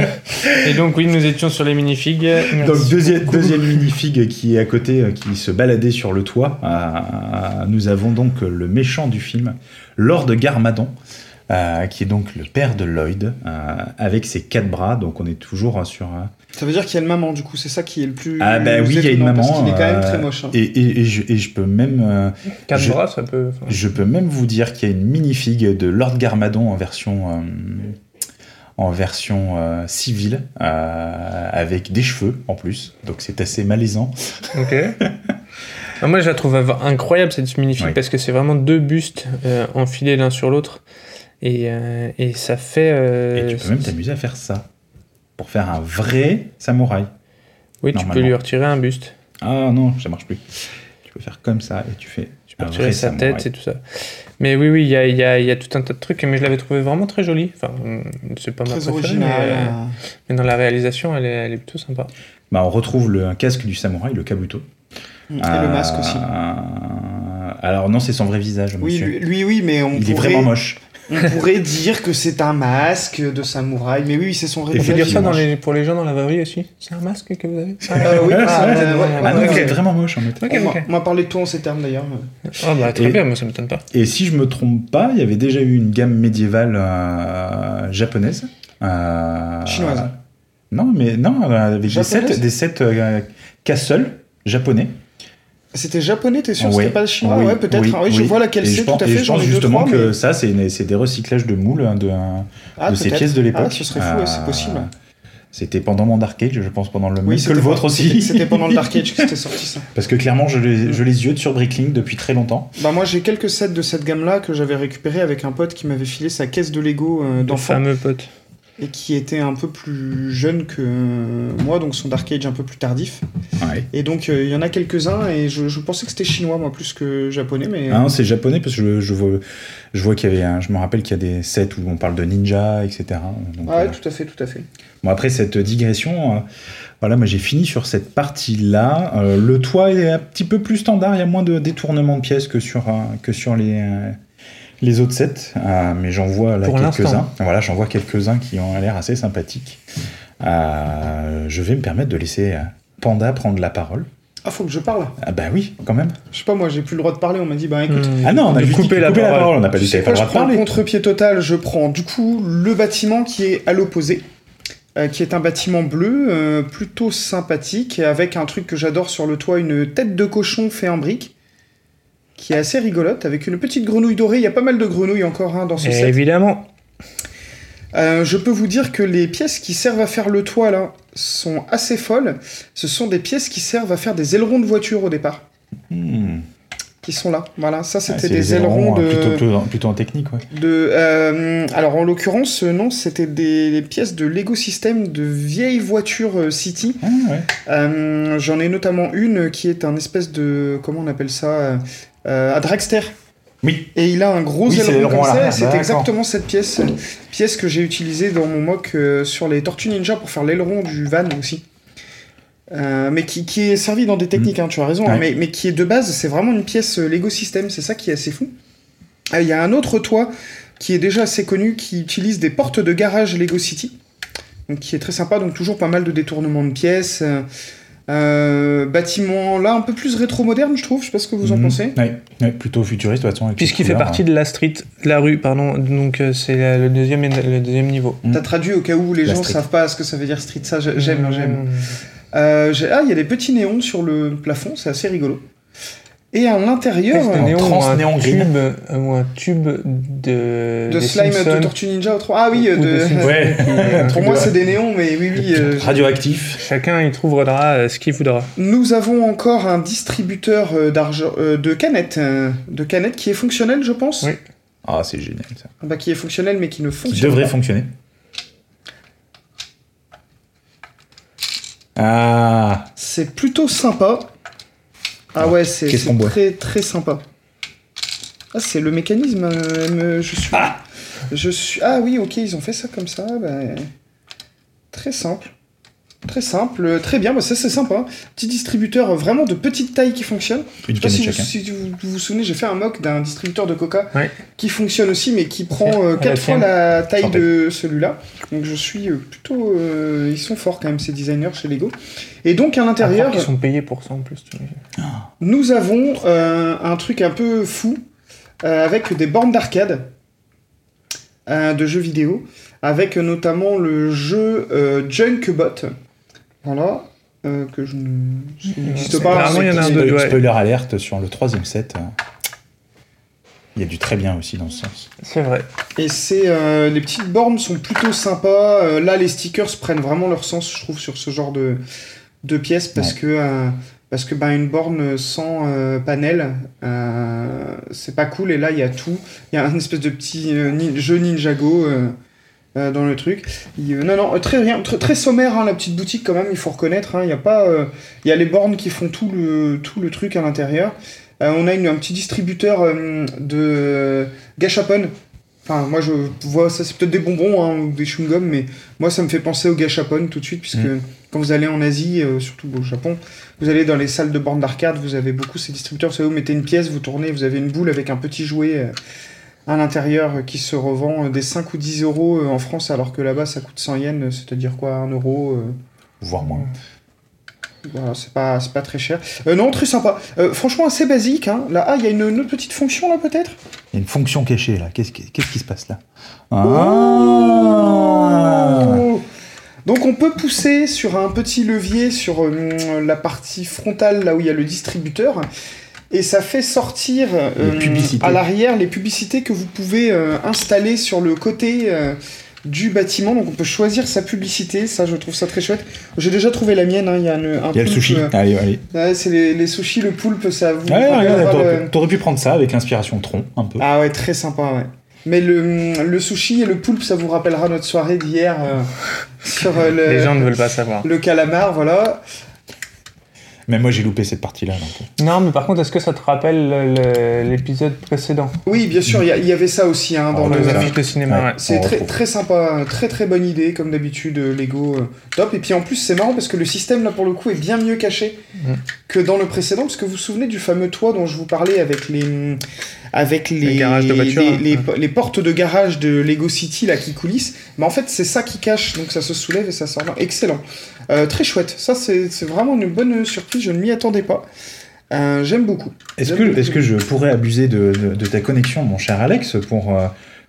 S5: et donc oui, nous étions sur les minifigs. Merci.
S6: Donc deuxième, deuxième minifig qui est à côté, euh, qui se baladait sur le toit. Euh, nous avons donc euh, le méchant du film, Lord Garmadon, euh, qui est donc le père de Lloyd, euh, avec ses quatre bras. Donc on est toujours euh, sur... euh,
S4: Ça veut dire qu'il y a une maman du coup, c'est ça qui est le plus...
S6: Ah bah oui, il y a une
S4: étonnant, Parce
S6: maman,
S4: qu'il est quand même
S6: euh,
S4: très moche. hein.
S6: et, et- et je, et je peux même... euh,
S5: Quatre
S6: je-
S5: bras, ça peut. enfin,
S6: je peux même vous dire qu'il y a une minifig de Lord Garmadon en version... euh, en version euh, civile, euh, avec des cheveux en plus. Donc c'est assez malaisant.
S5: Ok. Ah, moi, je la trouve av- incroyable cette magnifique
S6: Oui.
S5: parce que c'est vraiment deux bustes euh, enfilés l'un sur l'autre. Et, euh, et ça fait. euh,
S6: Et tu peux même t'amuser à faire ça. Pour faire un vrai samouraï.
S5: oui, tu peux
S6: normalement.
S5: lui retirer un buste.
S6: Ah non, ça marche plus. Tu peux faire comme ça et tu fais.
S5: Tu peux
S6: un
S5: retirer
S6: vrai
S5: sa
S6: samouraï.
S5: tête et tout ça. Mais oui, oui, il y a, il y a- il y a tout un tas de trucs. Mais je l'avais trouvé vraiment très jolie. Enfin, euh, c'est pas ma
S4: Très
S5: préférée, mais,
S4: original.
S5: euh,
S4: euh,
S5: mais dans la réalisation, elle est, elle est plutôt sympa.
S6: Bah, on retrouve le un casque du samouraï, le kabuto. Euh,
S4: Et le masque aussi.
S6: Alors non, c'est son vrai visage,
S4: Oui,
S6: Ah,
S4: lui,
S6: monsieur.
S4: lui, oui, mais on
S6: Il est
S4: pourrait,
S6: vraiment moche.
S4: on pourrait dire que c'est un masque de samouraï. Mais oui, oui, c'est son vrai
S6: Et
S5: On peut
S6: fait
S5: dire
S4: visage.
S5: ça dans
S6: dimanche.
S5: les, pour les gens dans la vraie vie aussi. C'est un masque que vous avez
S4: Euh, oui, ah,
S5: c'est
S4: euh,
S5: vrai,
S4: ouais,
S5: c'est
S6: Ah non,
S5: vrai.
S4: ouais,
S5: ok.
S6: il est
S4: ouais.
S6: vraiment moche en fait.
S5: Ok,
S4: On m'a-
S5: ok.
S4: On m'a parlé de toi en ces termes d'ailleurs.
S5: Ah bah très
S6: Et-
S5: bien, moi ça m'étonne pas.
S6: Et si je me trompe pas, il y avait déjà eu une gamme médiévale euh, japonaise. euh,
S4: Chinoise.
S6: Non, mais non, euh, avec des
S4: Japonaise
S6: sets, des sets euh, castle japonais.
S4: C'était japonais, t'es sûr
S6: Ouais,
S4: C'était pas chinois
S6: oui,
S4: Ouais, peut-être.
S6: oui,
S4: Ah oui, je
S6: oui.
S4: vois laquelle
S6: Et je
S4: c'est, tout
S6: pense-
S4: à
S6: et
S4: fait.
S6: je
S4: J'en
S6: pense
S4: ai deux,
S6: justement
S4: trois.
S6: que
S4: mais-
S6: ça, c'est une- c'est des recyclages de moules hein, de,
S4: Ah,
S6: de ces
S4: peut-être.
S6: pièces de l'époque.
S4: Ah, ce serait fou, ouais, c'est
S6: Euh,
S4: possible.
S6: C'était pendant mon Dark Age, je pense, pendant le même que
S4: c'était
S6: le
S4: pas-
S6: vôtre aussi.
S4: c'était- C'était pendant le Dark Age que c'était sorti ça.
S6: Parce que clairement, je les, je les yeux de sur Bricklink depuis très longtemps.
S4: Bah moi j'ai quelques sets de cette gamme là que j'avais récupéré avec un pote qui m'avait filé sa caisse de Lego euh,
S5: Le
S4: d'enfant
S5: fameux pote.
S4: et qui était un peu plus jeune que euh, moi donc son Dark Age un peu plus tardif.
S6: Ouais.
S4: Et donc euh, il y en a quelques-uns et je, je pensais que c'était chinois moi plus que japonais mais
S6: Ah non, c'est japonais parce que je, je vois, je vois qu'il y avait, un- je me rappelle qu'il y a des sets où on parle de ninja, etc. Donc,
S4: Ouais,
S6: euh,
S4: tout à fait, tout à fait.
S6: Bon, après cette digression, euh, voilà, moi j'ai fini sur cette partie-là. Euh, le toit est un petit peu plus standard, il y a moins de détournements de pièces que sur, euh, que sur les, euh, les autres sets, Euh, mais j'en vois là
S5: Pour
S6: quelques-uns.
S5: l'instant.
S6: Voilà, j'en vois quelques-uns qui ont l'air assez sympathiques. Euh, je vais me permettre de laisser euh, Panda prendre la parole.
S4: Ah faut que je parle.
S6: Ah bah oui, quand même.
S4: Je sais pas moi j'ai plus le droit de parler on m'a dit bah écoute.
S5: Hmm.
S6: Ah non, on a
S5: De
S6: juste dit
S5: couper
S6: couper
S5: la
S6: la
S5: parole.
S6: parole, on n'a pas
S4: tu
S6: dit
S4: sais
S6: que t'avais Bah, pas
S4: quoi,
S6: le
S4: je
S6: droit de
S4: prends le
S6: parler.
S4: contre-pied total, je prends du coup le bâtiment qui est à l'opposé, euh, qui est un bâtiment bleu, euh, plutôt sympathique, avec un truc que j'adore sur le toit, une tête de cochon fait en brique, qui est assez rigolote, avec une petite grenouille dorée, il y a pas mal de grenouilles encore hein, dans
S6: Eh
S4: ce
S5: Et
S4: set.
S5: évidemment.
S4: Euh, je peux vous dire que les pièces qui servent à faire le toit là sont assez folles, ce sont des pièces qui servent à faire des ailerons de voiture au départ,
S6: Hmm.
S4: qui sont là, voilà, ça
S6: Ah,
S4: c'était
S6: c'est
S4: des ailerons
S6: ailerons,
S4: de...
S6: euh, plutôt, plutôt, plutôt en technique, ouais.
S4: De, euh, alors en l'occurrence, euh, non, c'était des, des pièces de Lego System de vieilles voitures euh, City.
S6: Ah, ouais.
S4: Euh, J'en ai notamment une qui est un espèce de comment on appelle ça euh, euh, un dragster.
S6: Oui.
S4: Et il a un gros
S6: Oui, c'est
S4: aileron
S6: l'aileron
S4: comme
S6: à
S4: ça.
S6: l'arrière,
S4: et C'est
S6: d'accord.
S4: exactement cette pièce, euh, pièce que j'ai utilisée dans mon mock euh, sur les Tortues Ninja pour faire l'aileron du van aussi. Euh, mais qui, qui est servi dans des techniques, hein, tu as raison, hein,
S6: Mm. Ouais.
S4: mais, mais qui est de base, c'est vraiment une pièce euh, Lego System, c'est ça qui est assez fou. Ah, Il y a un autre toit qui est déjà assez connu, qui utilise des portes de garage Lego City, donc qui est très sympa, donc toujours pas mal de détournements de pièces. euh, euh, bâtiment là un peu plus rétro-moderne, je trouve, je sais pas ce que vous en
S6: Mhm.
S4: pensez.
S6: Ouais, ouais, plutôt futuriste, de toute façon. avec les
S5: Puisqu'il fait
S6: couleurs, hein.
S5: partie de la street, de la rue, pardon. Donc euh, c'est la- le deuxième, le deuxième niveau.
S6: Mm.
S4: T'as traduit au cas où les
S6: La
S4: gens
S6: street.
S4: savent pas ce que ça veut dire street, ça je- j'aime,
S5: Hmm.
S4: j'aime. Euh, j'ai- ah, il y a des petits néons sur le plafond, c'est assez rigolo. Et à l'intérieur,
S5: Est-ce
S6: En
S5: un néon ou un,
S6: trans-néon green.
S5: tube, euh, ou un tube de.
S4: de
S5: des
S4: slime
S5: Simpsons
S4: de Tortue Ninja, autre- ah oui,
S5: ou des
S4: de-
S5: Simpsons
S6: Ouais.
S5: qui, euh,
S4: pour
S6: de-
S4: moi c'est des néons, mais oui, oui. euh,
S6: Radioactif.
S5: Chacun y trouvera euh, ce qu'il voudra.
S4: nous avons encore un distributeur euh, d'argent, euh, de canettes, euh, de canettes qui est fonctionnel, je pense.
S5: Oui.
S6: Ah, c'est génial ça.
S4: Bah, qui est fonctionnel, mais qui ne
S6: Qui
S4: fonctionne
S6: devrait
S4: pas.
S6: fonctionner. Ah,
S4: C'est plutôt sympa. Ah ouais, c'est
S6: Qu'est-ce
S4: c'est
S6: qu'on boit
S4: très très sympa. Ah, c'est le mécanisme. euh, me- je suis. Ah je suis. Ah oui, ok, ils ont fait ça comme ça. bah, Très simple. Très simple, euh, très bien, bah, ça c'est sympa. Petit distributeur euh, vraiment de petite taille qui fonctionne.
S6: une
S4: Je sais pas
S6: canette
S4: si, vous,
S6: chacun.
S4: si vous- vous vous souvenez, j'ai fait un mock d'un distributeur de coca
S5: Ouais.
S4: qui fonctionne aussi, mais qui prend
S5: Tiens, à la
S4: 4 fois
S5: tienne.
S4: la taille
S6: Santé.
S4: de celui-là. Donc je suis euh, plutôt. euh, ils sont forts quand même, ces designers chez Lego. Et donc à l'intérieur.
S5: Ah, Ils sont payés pour ça en plus. tu vois.
S4: Nous avons euh, un truc un peu fou euh, avec des bornes d'arcade euh, de jeux vidéo, avec notamment le jeu euh, Junkbot. Voilà, euh, que je ne- je n'existe
S5: C'est
S4: pas.
S5: apparemment, il y en a un
S4: mais-
S5: deux,
S6: Spoil-
S5: ouais.
S6: Spoiler alerte sur le troisième set. euh, Il y a du très bien aussi dans ce sens.
S5: C'est vrai.
S4: Et c'est euh, les petites bornes sont plutôt sympas. Euh, là, les stickers prennent vraiment leur sens, je trouve, sur ce genre de, de pièces parce
S6: Ouais.
S4: que euh, parce que ben une borne sans euh, panel, euh, c'est pas cool. Et là, il y a tout. Il y a un espèce de petit euh, nin- jeu Ninjago. euh, euh, dans le truc. Il- euh, non, non, euh, très rien, très, très sommaire hein, la petite boutique quand même, il faut reconnaître. hein, Il y a pas, euh, il y a les bornes qui font tout le tout le truc à l'intérieur. Euh, on a une, un petit distributeur euh, de gachapon. Enfin, moi je vois ça, c'est peut-être des bonbons hein, ou des chewing-gums, mais moi ça me fait penser au gachapon tout de suite, puisque quand vous allez en Asie, euh, surtout au Japon, vous allez dans les salles de bornes d'arcade, vous avez beaucoup ces distributeurs. Vous savez, vous mettez une pièce, vous tournez, vous avez une boule avec un petit jouet. euh, à l'intérieur euh, qui se revend euh, des 5 ou 10 euros euh, en France alors que là-bas ça coûte 100 yens, euh, c'est-à-dire quoi 1 euro euh,
S6: Voire moins.
S4: Voilà, c'est pas, c'est pas très cher. Euh, non, très sympa. Euh, franchement, assez basique. Hein. Là, ah, il y a une, une autre petite fonction là peut-être
S6: Il y a une fonction cachée là. Qu'est-ce qui, qu'est-ce qui se passe là Ah
S4: Oh Donc on peut pousser sur un petit levier sur euh, la partie frontale là où il y a le distributeur et ça fait sortir euh,
S6: Les publicités.
S4: à l'arrière les publicités que vous pouvez euh, installer sur le côté euh, du bâtiment. Donc on peut choisir sa publicité, ça je trouve ça très chouette. J'ai déjà trouvé la mienne, hein. il y a une- un
S6: Il y a le
S4: poulpe,
S6: sushi.
S4: euh,
S6: Allez, allez.
S4: ouais, c'est les, les sushis, le poulpe, ça vous
S6: Ouais,
S4: vous
S6: regarde,
S4: rappellera
S6: t'aurais,
S4: le-
S6: pu- t'aurais pu prendre ça avec l'inspiration tronc, un peu.
S4: ah ouais, très sympa, ouais. Mais le, le sushi et le poulpe, ça vous rappellera notre soirée d'hier euh, sur euh, le,
S5: Les gens ne veulent pas savoir.
S4: le calamar, voilà.
S6: Mais moi j'ai loupé cette partie-là. donc. euh.
S5: Non, mais par contre, est-ce que ça te rappelle le- l'épisode précédent
S4: Oui, bien sûr, il y, a- il y avait ça aussi hein, dans
S6: Oh,
S5: pour
S4: le.
S5: les
S6: ça.
S5: affiches de cinéma
S6: Ouais.
S5: ouais.
S4: C'est
S6: On
S4: très,
S6: retrouve.
S4: très sympa, très très bonne idée, comme d'habitude, euh, Lego, euh, top. Et puis en plus, c'est marrant parce que le système, là, pour le coup, est bien mieux caché
S5: Mm.
S4: que dans le précédent, parce que vous vous souvenez du fameux toit dont je vous parlais avec les... Avec les,
S5: Les garages de voitures,
S4: les,
S5: hein.
S4: les po- les portes de garage de Lego City, là, qui coulissent. Mais en fait, c'est ça qui cache, donc ça se soulève et ça sort. Non, excellent. Euh, très chouette. Ça, c'est c'est vraiment une bonne surprise, je ne m'y attendais pas. Euh, J'aime beaucoup.
S6: Est-ce que, est-ce que je pourrais abuser de, de- de ta connexion, mon cher Alex, pour euh,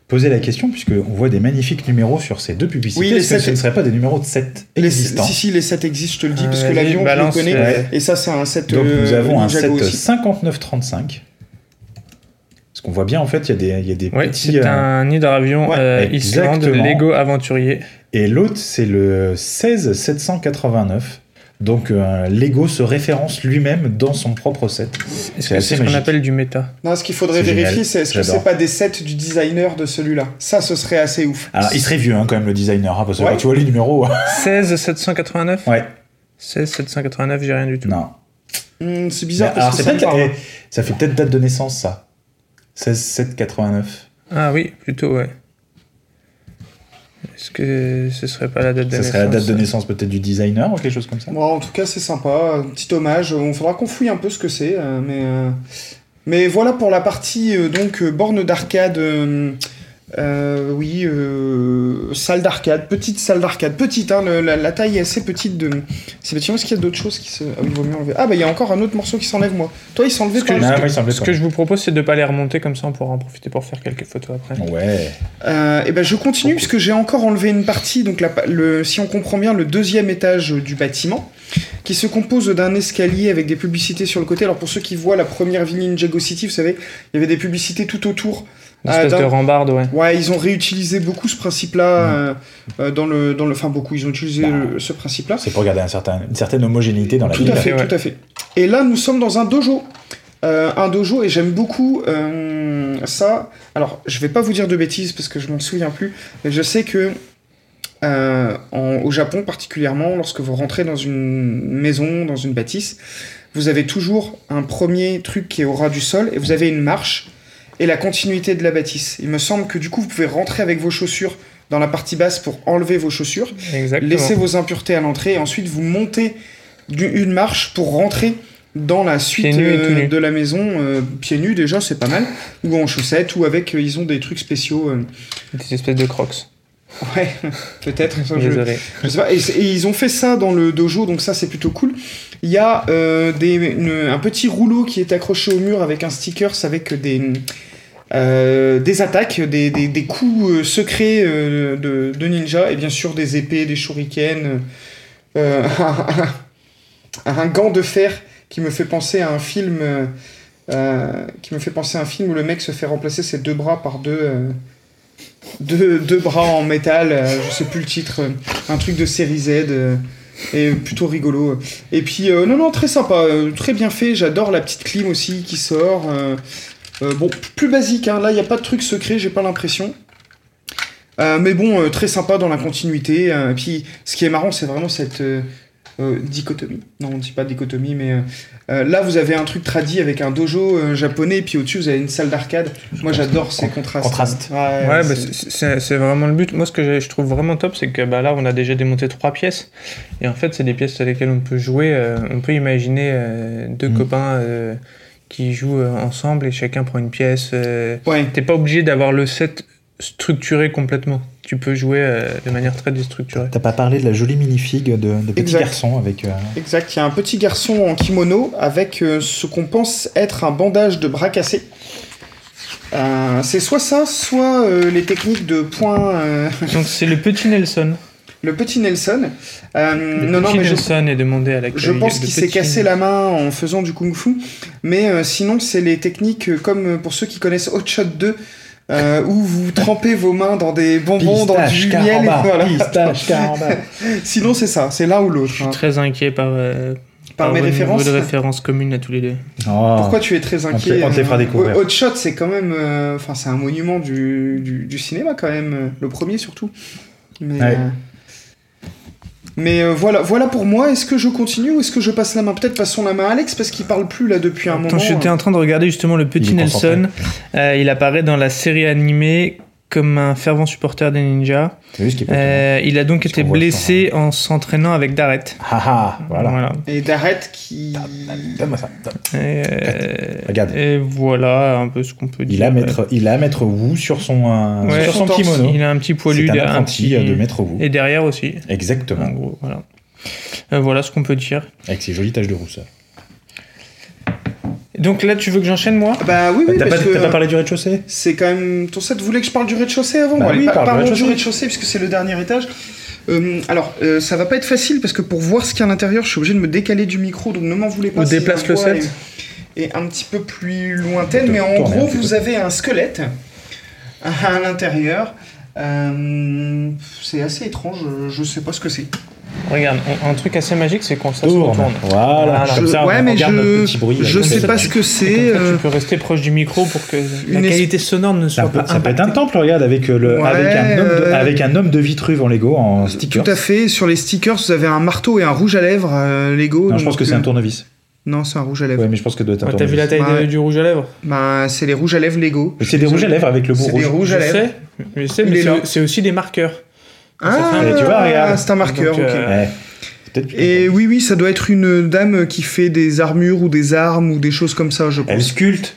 S6: poser la question, puisqu'on voit des magnifiques numéros sur ces deux publicités
S4: Oui, les
S6: Est-ce que
S4: sept-
S6: ce ne seraient pas des numéros de 7
S4: Les,
S6: existants
S4: si, si, les 7 existent, je te le dis,
S5: Euh,
S4: parce que
S5: vas-y,
S4: l'avion, je le
S5: balance,
S4: connais.
S5: euh,
S4: Et ça, c'est un 7
S6: Donc nous
S4: euh,
S6: avons un set
S4: Ninjago aussi.
S6: 59-35. Parce qu'on voit bien, en fait, il y a des, il y a des
S5: Oui,
S6: petits.
S5: c'est
S6: euh,
S5: un hydravion
S6: ouais,
S5: euh, Islande
S6: exactement.
S5: Lego aventurier.
S6: Et l'autre, c'est le 16789. Donc euh, Lego se référence lui-même dans son propre set.
S5: Est-ce
S6: C'est
S5: que
S6: assez
S5: c'est ce qu'on
S6: magique.
S5: appelle du méta
S4: Non, ce qu'il faudrait
S6: C'est génial.
S4: vérifier, c'est est-ce que
S6: J'adore.
S4: c'est pas des sets du designer de celui-là Ça, ce serait assez ouf.
S6: Alors, il serait vieux hein, quand même le designer, hein, parce que
S4: Ouais.
S6: quand tu vois les numéros.
S5: 16 789
S6: ouais,
S5: 16 789, j'ai rien du tout.
S6: non.
S4: Hmm, c'est bizarre.
S6: Alors,
S4: parce que
S6: c'est
S4: ça me
S6: peut-être-
S4: parle.
S6: eh, ça fait peut-être date de naissance, ça. 16789.
S5: Ah oui, plutôt, ouais. Est-ce que ce serait pas la date de
S6: Ça
S5: naissance
S6: serait la date de naissance peut-être du designer ou quelque chose comme ça.
S4: Bon, en tout cas, c'est sympa. Un petit hommage. On faudra qu'on fouille un peu ce que c'est. euh, mais, euh, mais voilà pour la partie euh, donc euh, borne d'arcade. euh, euh, oui, euh, salle d'arcade, petite salle d'arcade, petite, hein, le- la, la taille est assez petite de. C'est bêtement, est-ce qu'il y a d'autres choses qui se. Ah oui, il vaut mieux enlever. Ah bah il y a encore un autre morceau qui s'enlève, moi. Toi, il s'enlevait
S5: Parce
S4: pas.
S5: que
S6: Ah, moi, il semblait
S5: Ce
S6: pas.
S5: que je vous propose, c'est de pas les remonter comme ça, on pourra en profiter pour faire quelques photos après.
S6: Ouais.
S4: Euh, et ben je continue
S6: Beaucoup.
S4: puisque j'ai encore enlevé une partie, donc la, pa- le, si on comprend bien, le deuxième étage euh, du bâtiment, qui se compose d'un escalier avec des publicités sur le côté. Alors pour ceux qui voient la première ville Ninjago City, vous savez, il y avait des publicités tout autour.
S5: Une
S4: Ah,
S5: espèce de
S4: dans-
S5: rambarde, ouais.
S4: Ouais, ils ont réutilisé beaucoup ce principe-là euh, euh, dans le, dans le, enfin beaucoup, ils ont utilisé
S6: Bah.
S4: euh, ce principe-là.
S6: C'est pour garder un certain, une certaine homogénéité dans la
S4: Tout
S6: ville.
S4: à fait,
S5: ouais.
S4: tout à fait. Et là, nous sommes dans un dojo. Euh, un dojo, et j'aime beaucoup euh, ça. Alors, je vais pas vous dire de bêtises parce que je m'en souviens plus, mais je sais que euh, en- au Japon particulièrement, lorsque vous rentrez dans une maison, dans une bâtisse, vous avez toujours un premier truc qui est au ras du sol, et vous avez une marche et la continuité de la bâtisse. Il me semble que du coup, vous pouvez rentrer avec vos chaussures dans la partie basse pour enlever vos chaussures,
S5: Exactement.
S4: Laissez vos impuretés à l'entrée et ensuite vous montez du- une marche pour rentrer dans la suite
S5: nus et
S4: euh,
S5: tout nus.
S4: de la maison euh, pieds nus déjà c'est pas mal ou en chaussettes ou avec euh, ils ont des trucs spéciaux euh,
S5: Des espèces de crocs.
S4: ouais peut-être ça, je-
S5: Désolé.
S4: je sais pas. Et, c'est- et ils ont fait ça dans le dojo, donc ça c'est plutôt cool. Il y a euh, des, une- un petit rouleau qui est accroché au mur avec un stickers avec des, euh, des attaques, des, des- des coups euh, secrets euh, de, de ninja, et bien sûr des épées, des shurikens, euh, un, un gant de fer qui me fait penser à un film. euh, euh, qui me fait penser à un film où le mec se fait remplacer ses deux bras par deux, euh, deux, deux bras en métal, euh, je sais plus le titre, euh, un truc de série Z, euh, et plutôt rigolo. Et puis, euh, non, non, très sympa, euh, très bien fait, j'adore la petite clim aussi qui sort. euh, euh, bon, plus basique, hein, là, il n'y a pas de truc secret, j'ai pas l'impression. Euh, mais bon, euh, très sympa dans la continuité. euh, et puis, ce qui est marrant, c'est vraiment cette euh, euh, dichotomie. Non, on ne dit pas dichotomie, mais euh, euh, là, vous avez un truc tradit avec un dojo euh, japonais, et puis au-dessus, vous avez une salle d'arcade. Moi, j'adore ces contrastes.
S6: Contraste.
S4: Ouais,
S5: Ouais, bah,
S4: c'est-
S5: c'est- c'est c'est vraiment le but. Moi, ce que j'ai- je trouve vraiment top, c'est que bah, là, on a déjà démonté trois pièces. Et en fait, c'est des pièces sur lesquelles on peut jouer. euh, on peut imaginer euh, deux
S6: Mm.
S5: copains euh, qui jouent euh, ensemble et chacun prend une pièce. euh.
S4: ouais.
S5: T'es pas obligé d'avoir le set structuré complètement. Tu peux jouer euh, de manière très déstructurée.
S6: T'as pas parlé de la jolie minifig de, de petit
S4: Exact.
S6: garçon avec. euh,
S4: Exact, il y a un petit garçon en kimono avec euh, ce qu'on pense être un bandage de bras cassé. Euh, c'est soit ça, soit euh, les techniques de points. euh,
S5: Donc, c'est le petit Nelson.
S4: le petit Nelson. Euh,
S5: Le
S4: non, non,
S5: petit
S4: mais je,
S5: Nelson Euh, est demandé à la
S4: je pense qu'il s'est cassé la main en faisant du kung-fu. Mais euh, sinon, c'est les techniques euh, comme euh, pour ceux qui connaissent Hot Shot 2. euh, où vous trempez vos mains dans des bonbons, dans du miel, et
S6: carambar,
S4: voilà.
S6: pistache, carambar.
S4: Sinon c'est ça, c'est l'un ou l'autre.
S5: Je suis
S4: hein.
S5: très inquiet par, euh,
S4: Par mes
S5: vos niveaux
S4: références.
S5: de référence communes à tous les deux.
S6: Oh.
S4: Pourquoi tu es très
S6: te
S4: inquiet
S6: les- on te les fera
S4: euh,
S6: découvrir.
S4: Hot Shot, c'est quand même. euh, Enfin, c'est un monument du, du, du cinéma, quand même. euh, Le premier, surtout. Mais,
S6: Ouais.
S4: euh, mais euh, voilà, voilà pour moi. Est-ce que je continue ou est-ce que je passe la main Peut-être passons la main à Alex, parce qu'il parle plus là depuis un
S5: Attends,
S4: moment. euh, hein.
S5: j'étais en train de regarder justement le petit
S6: Il est
S5: Nelson. Euh, il apparaît dans la série animée comme un fervent supporter des ninjas.
S6: T'as vu ce qui est pas
S5: Euh, il a donc
S6: Parce
S5: été
S6: qu'on voit
S5: blessé en s'entraînant avec Daret.
S6: Ah ah, voilà.
S4: Et d'Arrête qui.
S6: Donne-moi ça.
S5: Et, euh,
S6: Regarde.
S5: et voilà un peu ce qu'on peut dire.
S6: Il a maître, il a maître Wu sur son, euh,
S5: Ouais.
S6: sur son
S4: Son torse.
S6: kimono.
S5: Il a un petit poilu
S6: C'est un
S5: derrière,
S6: apprenti euh,
S5: petit-
S6: de maître Wu.
S5: Et derrière aussi, en
S6: Exactement.
S5: gros, voilà. Euh, voilà ce qu'on peut dire.
S6: Avec ses jolies taches de rousseur.
S5: Donc là, tu veux que j'enchaîne moi
S4: Bah oui, oui,
S6: T'as
S4: parce
S6: pas,
S4: que.
S6: t'as pas parlé du rez-de-chaussée
S4: C'est quand même. Ton set voulait que je parle du rez-de-chaussée avant
S6: Bah
S4: Bon, allez,
S6: oui,
S4: par-
S6: parle du
S4: Parlons du
S6: rez-de-chaussée.
S4: rez-de-chaussée, puisque c'est le dernier étage. Euh, alors, euh, ça va pas être facile parce que pour voir ce qu'il y a à l'intérieur, je suis obligé de me décaler du micro, donc ne m'en voulez pas.
S5: Ou
S4: si la
S5: déplace le
S4: voix
S5: set.
S4: Est, est un petit peu plus lointaine,
S6: Tourne
S4: mais en
S6: un
S4: gros,
S6: petit
S4: vous
S6: peu.
S4: avez un squelette euh, à l'intérieur. Euh, c'est assez étrange, je- je sais pas ce que c'est.
S5: Regarde, on- un truc assez magique, c'est qu'on ça se
S6: Tourne.
S5: retourne.
S6: Voilà.
S5: Voilà.
S6: Comme
S4: Je-
S6: ça, on
S4: ouais, mais
S6: regarde
S4: je,
S6: notre petit bruit.
S4: je
S6: avec
S4: sais
S6: notre
S4: pas
S6: petit-
S4: ce que
S5: Comme
S4: c'est.
S5: ça,
S4: euh,
S5: tu peux rester proche du micro pour que la
S4: une es-
S5: qualité sonore ne
S6: Ça
S5: soit
S6: peut,
S5: pas
S6: ça peut être un
S5: impactée.
S6: temple, regarde, avec, euh, le,
S4: Ouais,
S6: avec, un homme de,
S4: euh,
S6: avec un homme de Vitruve en Lego, en sticker.
S4: Tout à fait. Sur les stickers, vous avez un marteau et un rouge à lèvres euh, Lego.
S6: Non, je
S4: donc,
S6: pense que c'est
S4: euh,
S6: un tournevis.
S4: Non, c'est un rouge à lèvres.
S6: Ouais, mais je pense que doit être un
S5: Ouais, T'as
S6: tournevis.
S5: vu la taille de-
S4: Ouais.
S5: du rouge à lèvres
S4: Bah, c'est les rouges à lèvres Lego.
S6: C'est des rouges à lèvres avec le bout
S4: C'est
S6: rouge.
S4: des rouges à
S5: Je
S4: lèvres.
S5: sais, je sais,
S4: Il
S5: mais
S4: est là.
S5: c'est- c'est aussi des marqueurs.
S4: Ah,
S6: Et tu vois, regarde.
S4: c'est un marqueur.
S5: Donc,
S4: ok.
S5: euh,
S6: Ouais. C'est peut-être plus
S4: Et
S6: important.
S4: oui, oui, ça doit être une dame qui fait des armures ou des armes ou des choses comme ça, je
S6: Elle
S4: pense.
S6: sculpte.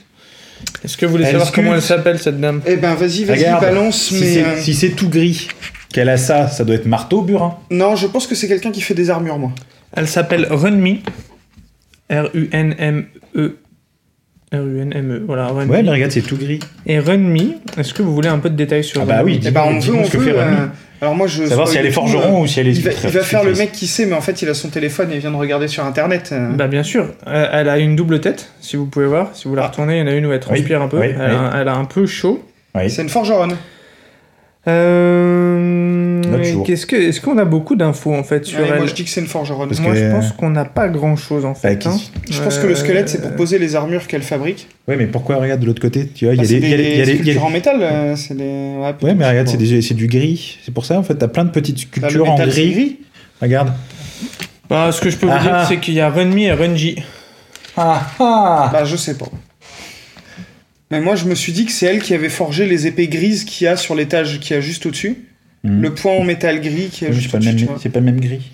S5: Est-ce que vous voulez
S6: Elle
S5: savoir
S6: sculpte.
S5: comment elle s'appelle cette dame
S4: Eh ben, vas-y, vas-y,
S6: Regarde.
S4: balance.
S6: Si
S4: mais
S6: c'est
S4: euh,
S6: si c'est tout gris, qu'elle a ça, ça doit être marteau, burin.
S4: non, je pense que c'est quelqu'un qui fait des armures, moi.
S5: Elle s'appelle Runmi. R-U-N-M-E. R-U-N-M-E, E, voilà. Runmi.
S6: Ouais, mais regarde, c'est tout gris.
S5: Et Runmi, est-ce que vous voulez un peu de détails sur
S6: Ah bah
S5: Runmi
S6: oui,
S4: Eh
S6: dis-
S4: ben, on veut,
S6: dis-nous
S4: on
S6: ce que
S4: veut.
S6: fait Rémi.
S4: euh, Alors moi, je.
S6: Savoir si
S4: spoil
S6: elle est
S4: du tout,
S6: forgeron ou si elle est
S4: Il va, il va
S6: sculptrice.
S4: faire le mec qui sait, mais en fait, il a son téléphone et il vient de regarder sur internet. euh.
S5: Bah bien sûr, Euh, elle a une double tête, si vous pouvez voir. Si vous la retournez, il y en a une où elle transpire un peu.
S6: Ah. oui,
S5: elle,
S6: oui.
S5: A, un- elle a un peu chaud.
S6: Oui.
S4: c'est une forgeronne.
S5: Euh...
S6: Notre jour.
S5: Qu'est-ce que est-ce qu'on a beaucoup d'infos en fait sur
S4: Ouais,
S5: elle
S4: Moi, je dis que c'est une forgeronne.
S6: Parce
S5: Moi,
S6: que-
S5: je pense qu'on n'a pas grand-chose en
S6: Bah,
S5: fait.
S6: qui-
S5: hein.
S4: Je pense que
S5: Euh,
S4: le squelette, c'est pour poser les armures qu'elle fabrique.
S6: Ouais, mais pourquoi regarde de l'autre côté Tu vois, il y
S4: Bah,
S6: a des.
S4: c'est
S6: il y a des- il y a des- il y a
S4: sculptures
S6: des-
S4: en métal. euh, C'est des. Ouais,
S6: Ouais, mais regarde,
S4: je sais
S6: c'est
S4: pas.
S6: des- c'est du gris. C'est pour ça, en fait, t'as plein de petites
S4: Bah, le
S6: sculptures en
S4: métal, c'est
S6: gris. Regarde.
S5: Bah, ce que je peux vous
S6: Ah, ah.
S5: dire, c'est qu'il y a Runmi et Runji.
S6: Ah ah
S4: Bah, je sais pas. Mais moi, je me suis dit que c'est elle qui avait forgé les épées grises qu'il y a sur l'étage, qu'il y a juste au-dessus.
S6: Hmm.
S4: Le point en métal gris qui est
S6: Oui, mais
S4: juste
S6: C'est pas, le
S4: au-dessus.
S6: même-
S4: tu vois.
S6: c'est pas le même gris.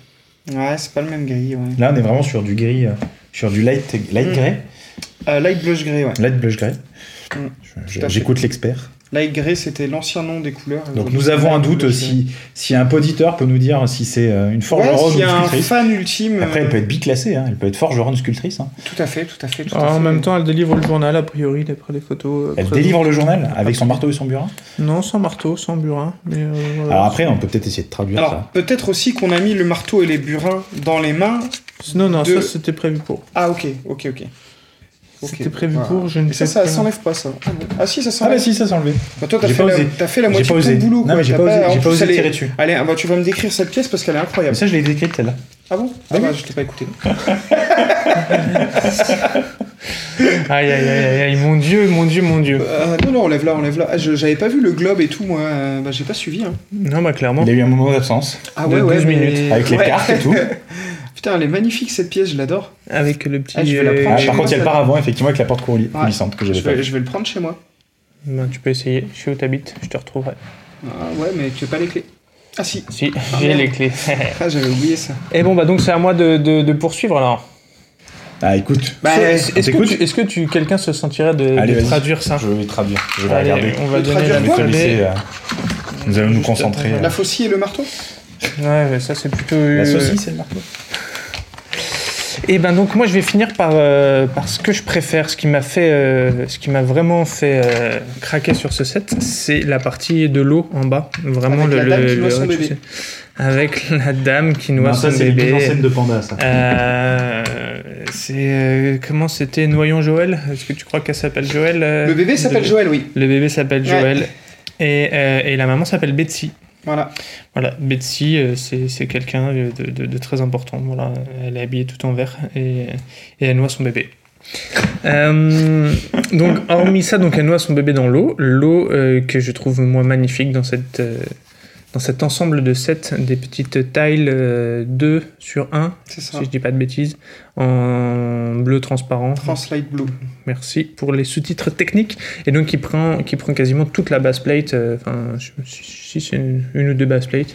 S4: Ouais, c'est pas le même gris. Ouais.
S6: Là, on est vraiment sur du gris, euh, sur du light, light
S4: Mm.
S6: grey,
S4: Euh, light blush gris, ouais.
S6: light blush grey.
S4: Mm.
S6: Je-
S4: Tout à
S6: je-
S4: fait.
S6: J'écoute l'expert.
S4: Light gray, c'était l'ancien nom des couleurs.
S6: Hmm. Donc nous avons un doute si, si un poditeur peut nous dire si c'est euh, une
S4: Ouais,
S6: forgeronne
S4: s'il y
S6: ou
S4: a
S6: une
S4: un
S6: sculptrice.
S4: fan ultime.
S6: Après, elle
S4: euh,
S6: peut être biclassée, hein. elle peut être forgeronne sculptrice. hein.
S4: Tout à fait, tout à fait. Tout à
S5: Ah, en
S4: fait.
S5: même temps, elle délivre le journal, a priori, d'après les photos. euh,
S6: Elle
S5: présentes.
S6: délivre le journal avec son marteau et son burin.
S5: Non, sans marteau, sans burin. Mais euh, voilà.
S6: Alors après, on peut peut-être essayer de traduire
S4: Alors,
S6: ça.
S4: peut-être aussi qu'on a mis le marteau et les burins dans les mains.
S5: Non, non,
S4: de-
S5: ça c'était prévu pour.
S4: Ah, ok, ok, ok.
S5: C'était
S4: Ok.
S5: prévu
S4: Voilà.
S5: pour, je ne
S4: Et ça,
S5: sais
S4: ça
S5: pas.
S4: s'enlève pas, ça. Ah si, ça
S6: Ah bah
S4: s'enlève.
S6: si, ça s'est enlevé.
S4: Bah, toi, t'as
S6: J'ai
S4: fait,
S6: pas
S4: la...
S6: osé.
S4: t'as fait la
S6: J'ai
S4: moitié
S6: pas
S4: de
S6: osé.
S4: ton boulot.
S6: Non,
S4: quoi.
S6: mais j'ai
S4: T'as
S6: pas osé-
S4: en
S6: j'ai pas
S4: plus,
S6: osé
S4: elle est-
S6: tirer dessus.
S4: Allez, ah bah, tu vas me décrire cette pièce parce qu'elle est
S6: Mais
S4: incroyable.
S6: ça, je l'ai décrite celle-là.
S4: Ah bon Ah
S6: oui.
S4: bah, je t'ai pas écouté.
S5: Aïe, aïe, aïe, aïe, aïe, mon dieu, mon dieu, mon dieu.
S4: Euh, non, non, enlève là, enlève là. Ah, je- J'avais pas vu le globe et tout, moi. euh, Bah, j'ai pas suivi. Hein.
S5: Non, bah clairement.
S6: Il y a eu un moment d'absence
S4: Ah
S5: De 12 minutes.
S6: avec les
S4: Ouais.
S6: cartes et tout.
S4: Putain, elle est magnifique cette pièce, je l'adore.
S5: Avec le petit.
S4: Ah, je vais la
S5: euh,
S6: Ah,
S4: prendre.
S6: par
S4: Je
S6: contre, il y a
S4: pense
S6: le
S4: à-
S6: paravent, effectivement, avec la porte couli-
S4: Ouais.
S6: coulissante que
S4: Je
S6: j'avais
S4: vais,
S6: fait.
S4: je vais le prendre chez moi.
S5: ben, tu peux essayer. Je suis où t'habites, je te retrouverai.
S4: Ah ouais, mais tu as pas les clés. Ah si,
S5: Si,
S4: Ah,
S5: j'ai
S4: merde.
S5: les clés.
S4: ah, j'avais oublié ça.
S5: Et bon, bah donc c'est à moi de, de, de poursuivre alors.
S6: Ah, écoute,
S4: Bah,
S5: Est-ce
S6: on
S5: est-ce que,
S6: t'écoute
S5: tu- est-ce que tu, quelqu'un se sentirait de,
S6: Allez,
S5: de
S6: vas-y.
S5: traduire ça
S6: je vais traduire. Je vais
S5: Allez,
S6: regarder.
S5: on va
S4: Le
S5: donner
S4: traduire
S5: la
S6: Je vais te
S4: quoi
S6: laisser. euh, Nous allons nous
S5: Juste
S6: concentrer. euh,
S5: attends,
S4: la faucille et le marteau
S5: Ouais, mais ça c'est plutôt.
S6: La
S5: euh,
S6: saucisse, elle marque.
S5: Et ben donc moi je vais finir par, euh, par ce que je préfère, ce qui m'a fait, euh, ce qui m'a vraiment fait euh, craquer sur ce set, c'est la partie de l'eau en bas, vraiment
S4: Avec
S5: le,
S4: la dame
S5: le-
S4: qui noie
S5: le
S4: son bébé.
S5: rez-de-chaussée. avec la dame qui noie
S6: Non,
S5: son
S6: ça, c'est les
S5: bébé.
S6: mises en scène de Panda, ça.
S5: Euh, c'est euh, comment c'était Noyon Joël Est-ce que tu crois qu'elle s'appelle Joël euh,
S4: Le bébé s'appelle
S5: de-
S4: Joël, oui.
S5: Le bébé s'appelle
S4: Ouais.
S5: Joël et, euh, et la maman s'appelle Betsy.
S4: Voilà.
S5: Voilà, Betsy, euh, c'est c'est quelqu'un euh, de, de- de très important. Voilà, elle est habillée tout en vert et, et elle noie son bébé. Euh, donc, hormis ça, donc elle noie son bébé dans l'eau. L'eau euh, que je trouve moi magnifique dans cette euh, dans cet ensemble de sets des petites tiles euh, 2 sur 1,
S4: C'est ça.
S5: si je dis pas de bêtises, en bleu transparent.
S4: Translate Blue.
S5: Merci pour les sous-titres techniques. Et donc, qui prend, qui prend quasiment toute la base plate. euh, Enfin, je- si si c'est une, une ou deux base plates.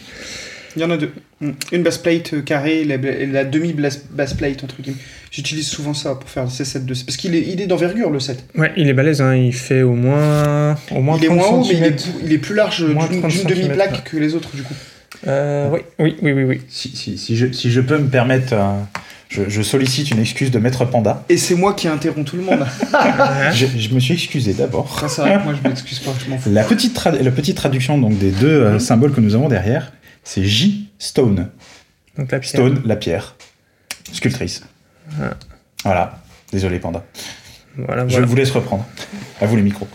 S4: Il y en a deux. Mm. Une bass plate euh, carrée la, et la demi bass bass plate, entre guillemets. J'utilise souvent ça pour faire ces sets de. Parce qu'il est, il est d'envergure le set.
S5: Ouais, il est balèze, hein. il fait au moins, au moins
S4: il est
S5: 30
S4: moins haut, mais il est,
S5: centimètres.
S4: bou- il est plus large
S5: Moins
S4: d'une
S5: 30
S4: d'une demi-plaque
S5: centimètres,
S4: que les autres, du coup.
S5: Euh, oui, oui, oui, oui, oui.
S6: Si, si, si, je, si je peux me permettre, euh, je, je sollicite une excuse de Maître Panda.
S4: Et c'est moi qui interromps tout le monde.
S5: Hein
S6: Je, je me suis excusé d'abord.
S4: Ah, c'est vrai que moi, je m'excuse pas, je m'en fous.
S6: La petite, tra- la petite traduction donc, des deux euh, symboles que nous avons derrière, c'est J. Stone.
S5: Donc la pierre.
S6: Stone, la pierre. Sculptrice.
S5: Ah.
S6: Voilà. Désolé, Panda.
S5: Voilà,
S6: Je
S5: voilà.
S6: vous laisse reprendre. À vous les micros.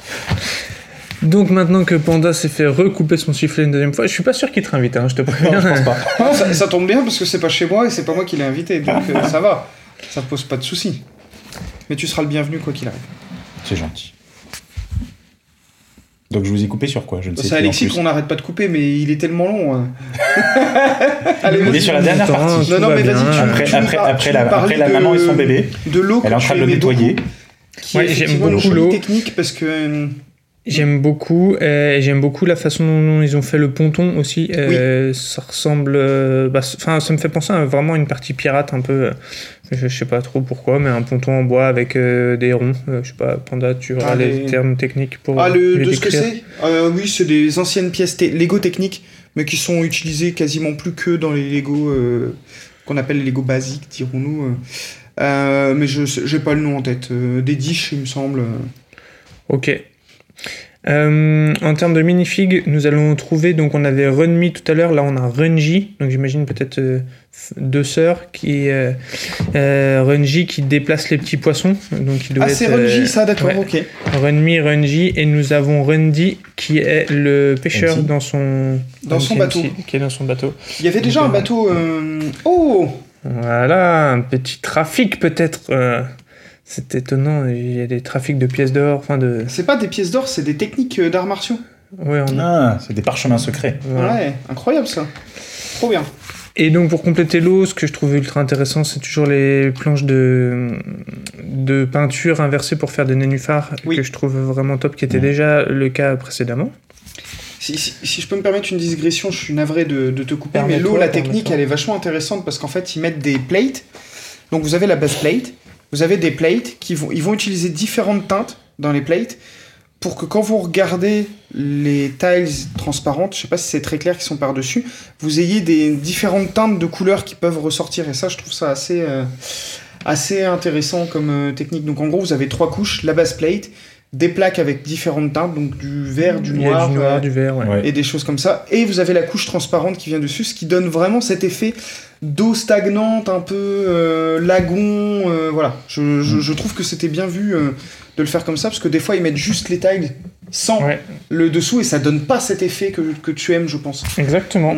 S5: Donc maintenant que Panda s'est fait recouper son sifflet une deuxième fois, je suis pas sûr qu'il te réinvite, hein, je te
S6: Non,
S5: préviens.
S6: je pense pas.
S4: Non, ça, ça tombe bien parce que c'est pas chez moi et c'est pas moi qui l'ai invité, donc euh, ça va. Ça pose pas de soucis. Mais tu seras le bienvenu quoi qu'il arrive.
S6: C'est gentil. Donc je vous ai coupé sur quoi Je ne sais
S4: C'est
S6: plus
S4: Alexis
S6: en plus.
S4: qu'on n'arrête pas de couper, mais il est tellement long. hein. Allez,
S6: On est
S4: vas-y.
S6: sur la dernière
S5: Attends,
S6: partie.
S5: tout
S4: Non, non,
S5: va
S4: mais
S5: bien.
S4: vas-y, tu-
S6: Après,
S4: tu nous
S6: après,
S4: par-
S6: après,
S4: tu
S6: la,
S4: nous parlais
S6: après la
S4: de-
S6: maman et son bébé,
S4: De l'eau que
S6: elle est en
S4: tu
S6: train de le
S4: aimais
S6: nettoyer.
S4: beaucoup, Qui
S5: Ouais,
S4: est
S5: j'aime
S4: effectivement une
S5: beaucoup
S4: jolie
S5: l'eau.
S4: technique parce que euh,
S5: J'aime beaucoup, euh, j'aime beaucoup la façon dont ils ont fait le ponton aussi. euh, Ça ressemble, euh, bah, c- enfin, ça me fait penser à vraiment une partie pirate un peu. euh, je, je sais pas trop pourquoi, mais un ponton en bois avec euh, des ronds. euh, je sais pas, Panda, tu auras
S4: Ah,
S5: les...
S4: les-
S5: termes techniques pour.
S4: Ah, le,
S5: les
S4: de ce que
S5: décrire.
S4: c'est Euh, Oui, c'est des anciennes pièces te- Lego techniques, mais qui sont utilisées quasiment plus que dans les Lego euh, qu'on appelle les Lego basiques, dirons-nous. euh. Euh, mais je j'ai pas le nom en tête. Euh, des dish, il me semble.
S5: Ok. Euh, en termes de minifig, nous allons trouver, donc on avait Runmi tout à l'heure, là on a Runji, donc j'imagine peut-être euh, f- deux sœurs, qui euh, euh, Runji qui déplace les petits poissons, donc il doit
S4: Ah, c'est
S5: être,
S4: Renji,
S5: euh,
S4: ça, d'accord,
S5: ouais.
S4: ok.
S5: Runmi, Runji, et nous avons Rundi qui est le pêcheur
S6: Runji.
S5: dans son
S4: Dans son
S5: qui est-
S4: bateau.
S5: qui est dans son bateau.
S4: Il y avait déjà un bateau. euh, Oh
S5: Voilà, un petit trafic peut-être. euh, c'est étonnant, il y a des trafics de pièces d'or, enfin de.
S4: C'est pas des pièces d'or, c'est des techniques euh, d'arts martiaux.
S5: Ouais, on a.
S6: Ah, c'est des parchemins secrets.
S5: voilà.
S4: Ouais, incroyable ça. Trop bien.
S5: Et donc pour compléter l'eau, ce que je trouve ultra intéressant, c'est toujours les planches de, de peinture inversées pour faire des nénuphars,
S4: Oui.
S5: que je trouve vraiment top, qui était
S6: Ouais.
S5: déjà le cas précédemment.
S4: Si, si- si je peux me permettre une digression, je suis navré de, de te couper, mais
S5: Permets-toi,
S4: l'eau, la
S5: permets-toi.
S4: technique, elle est vachement intéressante parce qu'en fait, ils mettent des plates. Donc, vous avez la base plate, vous avez des plates qui vont, ils vont utiliser différentes teintes dans les plates pour que quand vous regardez les tiles transparentes, je sais pas si c'est très clair qui sont par-dessus, vous ayez des différentes teintes de couleurs qui peuvent ressortir. Et ça, je trouve ça assez, euh, assez intéressant comme euh, technique. Donc, en gros, vous avez trois couches la base plate, des plaques avec différentes teintes, donc du vert, du
S5: Il y a
S4: noir,
S5: du noir,
S4: euh,
S5: du vert, ouais.
S6: Ouais.
S4: et des choses comme ça. Et vous avez la couche transparente qui vient dessus, ce qui donne vraiment cet effet d'eau stagnante, un peu euh, lagon. euh, voilà, je, je- je trouve que c'était bien vu euh, de le faire comme ça, parce que des fois ils mettent juste les tiles sans
S5: Ouais,
S4: le dessous, et ça donne pas cet effet que, que tu aimes, je pense.
S5: exactement.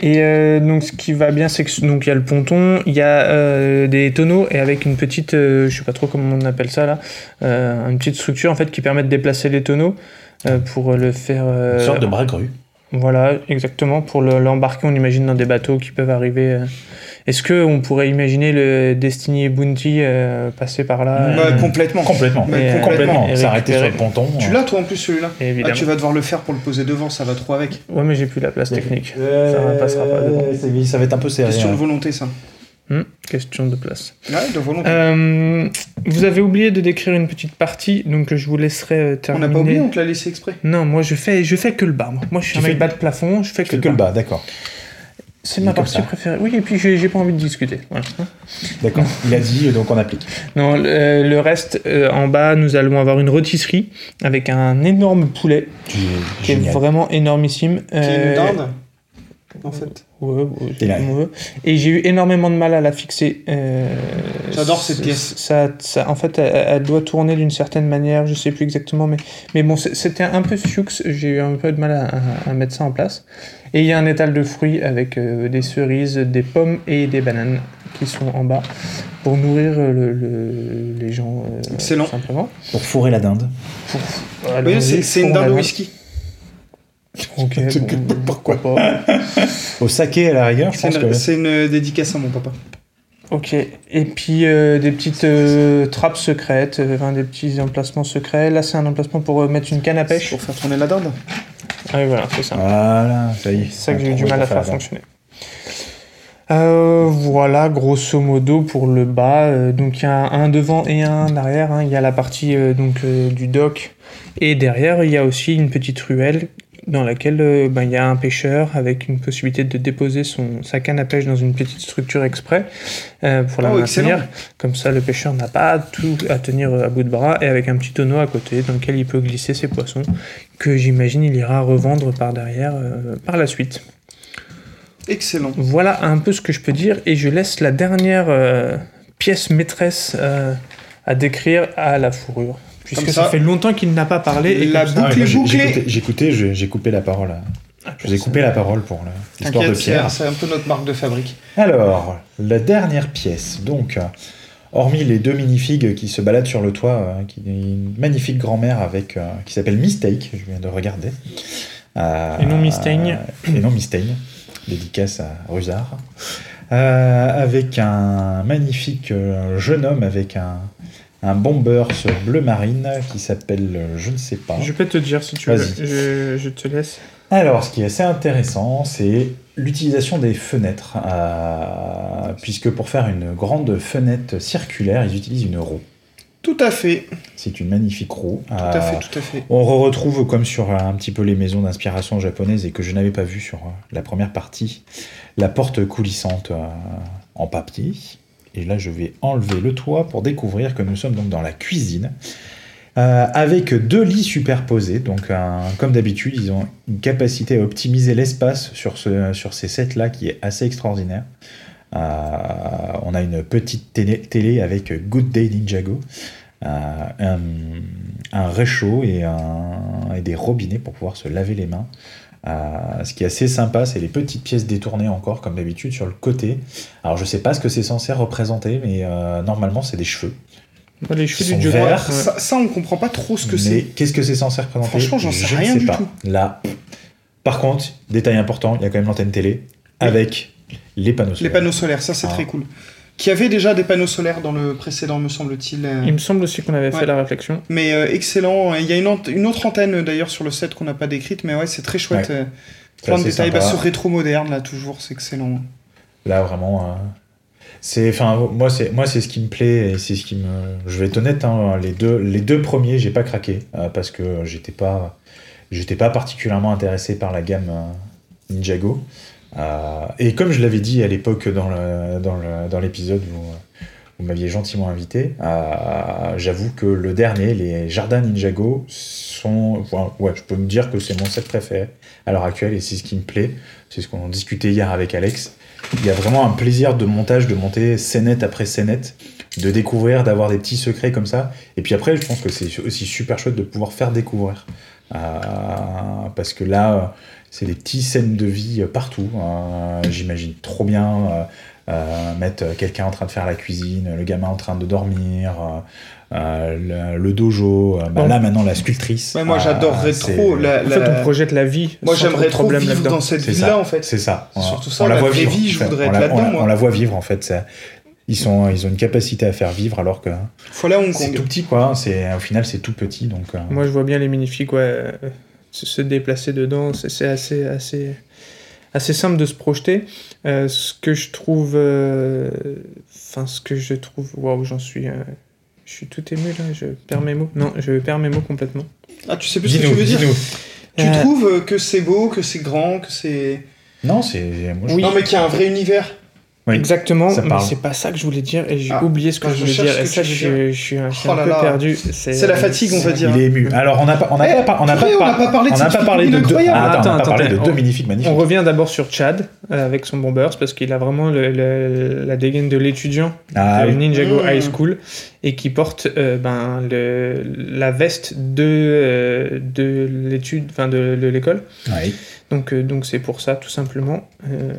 S5: Et euh, donc ce qui va bien, c'est que donc il y a le ponton, il y a euh, des tonneaux et avec une petite, euh, je sais pas trop comment on appelle ça là, euh, une petite structure en fait qui permet de déplacer les tonneaux euh, pour le faire. euh,
S1: Une sorte de bras gru.
S5: Voilà, exactement. Pour le- l'embarquer, on imagine dans des bateaux qui peuvent arriver. euh. Est-ce que on pourrait imaginer le Destiny Bounty euh, passer par là
S1: Ouais,
S5: euh,
S4: Ouais, Bah, complètement.
S1: Complètement.
S4: Mais, euh,
S1: complètement.
S5: et
S1: S'arrêter sur
S5: récupérer.
S1: le ponton.
S6: euh,
S4: Tu l'as toi en plus celui-là Ah,
S5: Évidemment.
S4: tu vas devoir le faire pour le poser devant, ça va trop avec.
S5: Ouais, mais j'ai plus la place technique.
S1: Euh,
S5: Ça passera pas devant.
S6: Euh,
S1: c'est- Ça va être un peu serré.
S4: Question de
S1: hein.
S4: volonté, ça.
S5: Hmm, question de place.
S4: Ouais, de volonté.
S5: Euh, vous avez oublié de décrire une petite partie, donc je vous laisserai euh,
S4: on
S5: terminer.
S4: n'a pas oublié, hein. on te l'a laissé exprès.
S5: Non, moi je fais, je fais que le bar. moi. Moi je suis
S6: Tu
S5: un
S6: fais
S5: mec bas de plafond, je fais
S6: Je
S5: que,
S6: fais que le bas, d'accord.
S5: C'est ma
S6: Comme
S5: partie
S6: ça.
S5: préférée. Oui, et puis j'ai j'ai pas envie de discuter. Voilà.
S6: D'accord. Il a dit, euh, donc on applique.
S5: Non, le, le reste, euh, en bas, nous allons avoir une rôtisserie avec un énorme poulet
S6: Tu
S5: qui est
S6: génial.
S5: vraiment énormissime.
S4: Qui est
S5: Euh,
S4: une dinde, en fait.
S5: ouais, ouais, c'est
S6: Et là-
S5: comme on veut. Et j'ai eu énormément de mal à la fixer. euh,
S4: J'adore cette
S5: ça-
S4: pièce.
S5: Ça, ça- en fait, elle, elle doit tourner d'une certaine manière, je sais plus exactement, mais, mais bon, c'est- c'était un peu fiux, j'ai eu un peu de mal à, à- à mettre ça en place. Et il y a un étal de fruits avec euh, des cerises, des pommes et des bananes qui sont en bas pour nourrir euh, le- le- les gens. euh,
S4: Excellent.
S5: tout Simplement.
S6: Pour fourrer la dinde.
S5: Allons-y,
S4: Oui, c'est c'est une
S5: fourrons
S4: dinde
S5: la
S4: au
S5: main.
S4: whisky.
S5: Ok, bon, pourquoi pas.
S6: Au saké, à la rigueur, je
S4: C'est
S6: pense
S4: une,
S6: que...
S4: c'est une dédicace à mon papa.
S5: Ok, et puis euh, des petites euh, trappes secrètes, euh, enfin, des petits emplacements secrets. Là, c'est un emplacement pour euh, mettre une canne à pêche.
S4: Pour faire tourner la dinde.
S5: Ah oui, voilà, c'est ça.
S6: Voilà, ça y est.
S5: C'est ça que j'ai eu
S6: On
S5: du
S6: va
S5: mal à
S6: la
S5: faire
S6: dinde.
S5: fonctionner. Euh, voilà, grosso modo pour le bas. Euh, donc il y a un devant et un arrière. hein. Il y a la partie euh, donc euh, du dock et derrière il y a aussi une petite ruelle dans laquelle euh, ben, il y a un pêcheur avec une possibilité de déposer son sa canne à pêche dans une petite structure exprès euh, pour la
S4: Oh,
S5: maintenir.
S4: excellent.
S5: Comme ça, le pêcheur n'a pas tout à tenir euh, à bout de bras et avec un petit tonneau à côté dans lequel il peut glisser ses poissons que j'imagine il ira revendre par derrière euh, par la suite.
S4: Excellent.
S5: Voilà un peu ce que je peux dire et je laisse la dernière euh, pièce maîtresse euh, à décrire à la fourrure. Puisque
S4: Comme
S5: ça,
S4: ça,
S5: fait longtemps qu'il n'a pas parlé et
S4: la
S5: comme
S6: Ah
S5: ça-
S4: Bouclé,
S6: ouais, moi, j'ai-
S4: bouclé.
S6: j'écoutais- J'écoutais, j'ai j'ai coupé la parole. à- Je vous ai coupé la parole pour le- l'histoire de
S4: T'inquiète,
S6: Pierre.
S4: c'est- c'est un peu notre marque de fabrique.
S6: Alors, la dernière pièce, donc, euh, hormis les deux minifigs qui se baladent sur le toit, euh, qui est une magnifique grand-mère avec euh, qui s'appelle Mistake, je viens de regarder. Euh,
S5: Et non Mistaigne.
S6: Et non Mistaigne, dédicace à Rusard. Euh, avec un magnifique euh, jeune homme avec un, un bomber bleu marine qui s'appelle euh, je ne sais pas.
S5: Je peux te dire si tu veux.
S6: Vas-y.
S5: Je, je te laisse.
S6: Alors, ce qui est assez intéressant, c'est l'utilisation des fenêtres, euh, puisque pour faire une grande fenêtre circulaire, ils utilisent une roue.
S4: Tout à fait,
S6: C'est une magnifique roue. euh,
S4: tout à
S6: Ah.
S4: fait, tout à fait.
S6: On re retrouve comme sur euh, un petit peu les maisons d'inspiration japonaises et que je n'avais pas vu sur euh, la première partie, la porte coulissante euh, en papier. Et là, je vais enlever le toit pour découvrir que nous sommes donc dans la cuisine. euh, avec deux lits superposés, donc un- comme d'habitude, ils ont une capacité à optimiser l'espace sur, ce, sur ces sets-là qui est assez extraordinaire. Euh, on a une petite télé, télé avec Good Day Ninjago, euh, un, un réchaud et, un- et des robinets pour pouvoir se laver les mains. Euh, ce qui est assez sympa, c'est les petites pièces détournées encore, comme d'habitude, sur le côté. Alors, je sais pas ce que c'est censé représenter, mais euh, normalement, c'est des cheveux.
S5: Moi, les cheveux
S6: Ils
S5: du
S6: sont
S5: Joker.
S6: verts.
S5: ouais.
S4: Ça, ça, on comprend pas trop ce que
S6: Mais
S4: c'est.
S6: qu'est-ce que c'est censé représenter
S4: Franchement, j'en sais
S6: Je ne
S4: rien du
S6: pas.
S4: tout.
S6: Là, par contre, détail important, il y a quand même l'antenne télé avec les panneaux
S4: Les
S6: solaires.
S4: panneaux solaires, ça c'est
S6: Ah.
S4: très cool. Qui avait déjà des panneaux solaires dans le précédent, me semble-t-il. euh,
S5: Il me semble aussi qu'on avait
S4: Ouais.
S5: fait la réflexion.
S4: Mais euh, excellent. Il y a une, ant- une autre antenne euh, d'ailleurs sur le set qu'on n'a pas décrite, mais ouais, c'est très chouette. euh,
S6: Ça,
S4: Plein de
S6: c'est
S4: détails.
S6: sympa.
S4: Bah, ce rétro moderne là, toujours, c'est excellent.
S6: Là, vraiment, euh, c'est, enfin, moi, c'est, moi, c'est ce qui me plaît et c'est ce qui me. Je vais être honnête, hein, les deux, les deux premiers, j'ai pas craqué euh, parce que j'étais pas, j'étais pas particulièrement intéressé par la gamme euh, Ninjago. Euh, et comme je l'avais dit à l'époque dans le, dans le, dans l'épisode où, Vous m'aviez gentiment invité. Euh, J'avoue que le dernier, les Jardins Ninjago, sont. enfin, ouais, je peux me dire que c'est mon set préféré à l'heure actuelle et c'est ce qui me plaît. C'est ce qu'on en discutait hier avec Alex. Il y a vraiment un plaisir de montage, de monter scénette après scénette, de découvrir, d'avoir des petits secrets comme ça. Et puis après, je pense que c'est aussi super chouette de pouvoir faire découvrir. Euh, parce que là, euh, c'est des petites scènes de vie euh, partout. Euh, J'imagine trop bien euh, euh, mettre quelqu'un en train de faire la cuisine, le gamin en train de dormir, euh, euh, le, le dojo. euh, bah,
S5: Bon.
S6: Là, maintenant, la sculptrice.
S4: Ouais, moi,
S6: Euh,
S4: j'adorerais
S6: c'est-
S4: trop la-
S5: En
S4: la-
S5: fait, on projette la vie.
S4: Moi,
S5: sans
S4: j'aimerais trop
S5: problème
S4: vivre
S5: là-dedans.
S4: dans cette
S6: C'est
S4: vie-là,
S6: ça.
S4: en fait.
S6: C'est ça.
S4: C'est
S6: On-
S4: surtout ça, la vraie vie, je
S6: Enfin,
S4: voudrais
S6: on
S4: être
S6: la-
S4: là-dedans,
S6: on la-
S4: moi.
S6: On la voit vivre, en fait. ça- Ils, sont, ils ont une capacité à faire vivre alors que hein,
S4: Voilà Hong
S6: c'est
S4: Kong.
S6: tout petit, quoi. hein. C'est- Au final, c'est tout petit. Donc, euh,
S5: Moi, je vois bien les minifigs ouais, euh, se, se déplacer dedans. C'est c'est assez, assez, assez simple de se projeter. Euh, ce que je trouve. euh, Enfin, ce que je trouve. Waouh, j'en suis. euh, je suis tout ému là. Je perds mes mots. Non, je perds mes mots complètement.
S4: Ah, tu sais plus ce que tu
S6: Dis-nous,
S4: veux dire
S6: dis-nous.
S4: Tu
S5: Euh,
S4: trouves euh, que c'est beau, que c'est grand, que c'est.
S6: Non, c'est. moi, je-
S5: Oui.
S4: Non, mais qu'il y a un vrai univers.
S6: Oui,
S5: Exactement,
S6: ça
S5: mais
S6: parle.
S5: c'est pas ça que je voulais dire et j'ai
S4: Ah,
S5: oublié ce que
S4: ah,
S5: je
S4: je
S5: voulais
S4: cherche
S5: dire
S4: ce
S5: et
S4: que
S5: ça
S4: tu
S5: je,
S4: veux
S5: je suis un, je suis
S4: Oh
S5: un
S4: là
S5: peu
S4: là.
S5: perdu.
S4: C'est la fatigue, on va dire.
S6: Il est ému. Alors, on n'a pas, on n'a
S4: Eh,
S6: pas, on n'a
S4: après,
S6: pas,
S4: on n'a pas parlé de
S6: on n'a
S4: cette
S6: pas parlé
S4: figurine
S6: de deux,
S4: incroyable.
S6: Ah, attends, on n'a
S5: Attends,
S6: pas parlé de
S5: attends,
S6: deux
S5: on-
S6: magnifiques, magnifiques.
S5: On revient d'abord sur Chad euh, avec son bomber, c'est parce qu'il a vraiment le- le- la dégaine de l'étudiant
S6: Ah,
S5: de
S6: oui.
S5: Ninjago
S4: Mmh.
S5: High School et qui porte euh, ben, le, la veste de, euh, de l'étude, enfin de, de l'école.
S6: Oui.
S5: Donc euh, donc c'est pour ça tout simplement euh,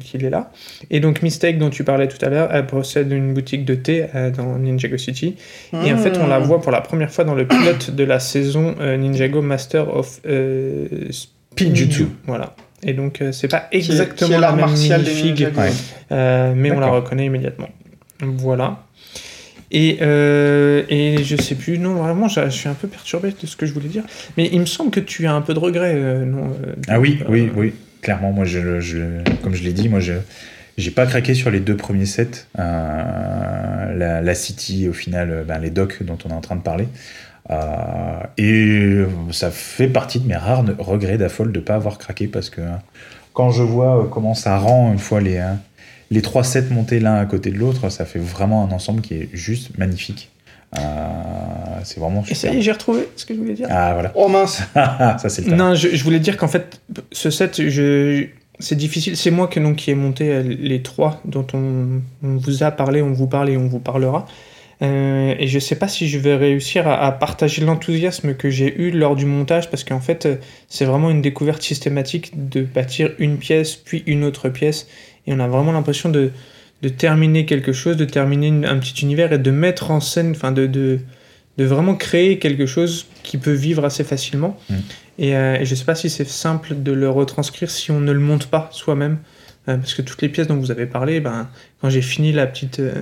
S5: qu'il est là. Et donc Mistake dont tu parlais tout à l'heure, elle possède une boutique de thé euh, dans Ninjago City. Et en
S4: Mmh.
S5: fait, on
S4: Hmm.
S5: la voit pour la première fois dans le pilote de la saison euh, Ninjago Master of euh,
S6: Spinjutsu.
S5: Voilà. Et donc, euh, c'est pas
S4: Qui est-
S5: exactement
S4: qui est
S5: la
S4: l'art
S5: même
S4: martial des
S5: minifig,
S4: Ninjago.
S6: Ouais.
S5: euh, mais on la
S6: D'accord.
S5: reconnaît immédiatement. Voilà. Et, euh, et je sais plus, non, vraiment, je, je suis un peu perturbé de ce que je voulais dire. Mais il me semble que tu as un peu de regret, euh, non euh,
S6: Ah oui,
S5: euh,
S6: oui, oui. Clairement, moi, je, je- comme je l'ai dit, moi, je j'ai pas craqué sur les deux premiers sets. Euh, la, la City, au final, euh, ben, les docs dont on est en train de parler. Euh, et ça fait partie de mes rares ne- regrets d'affol de pas avoir craqué parce que euh, quand je vois euh, comment ça rend une fois les, euh, les trois sets montés l'un à côté de l'autre, ça fait vraiment un ensemble qui est juste magnifique. Euh, c'est vraiment
S5: Et ça
S6: super.
S5: y est, j'ai retrouvé ce que je voulais dire.
S6: Ah voilà,
S4: Oh mince
S6: ça c'est le talent.
S5: Non, je, je voulais dire qu'en fait, ce set, je, c'est difficile. C'est moi que, donc, qui ai monté euh, les trois dont on, on vous a parlé, on vous parle et on vous parlera. Euh, et je sais pas si je vais réussir à, à partager l'enthousiasme que j'ai eu lors du montage parce qu'en fait, euh, c'est vraiment une découverte systématique de bâtir une pièce puis une autre pièce. Et on a vraiment l'impression de, de terminer quelque chose, de terminer une- un petit univers et de mettre en scène, enfin, de, de, de vraiment créer quelque chose qui peut vivre assez facilement.
S6: Mm.
S5: Et, euh, et je sais pas si c'est simple de le retranscrire si on ne le monte pas soi-même. Euh, parce que toutes les pièces dont vous avez parlé, ben, quand j'ai fini la petite euh,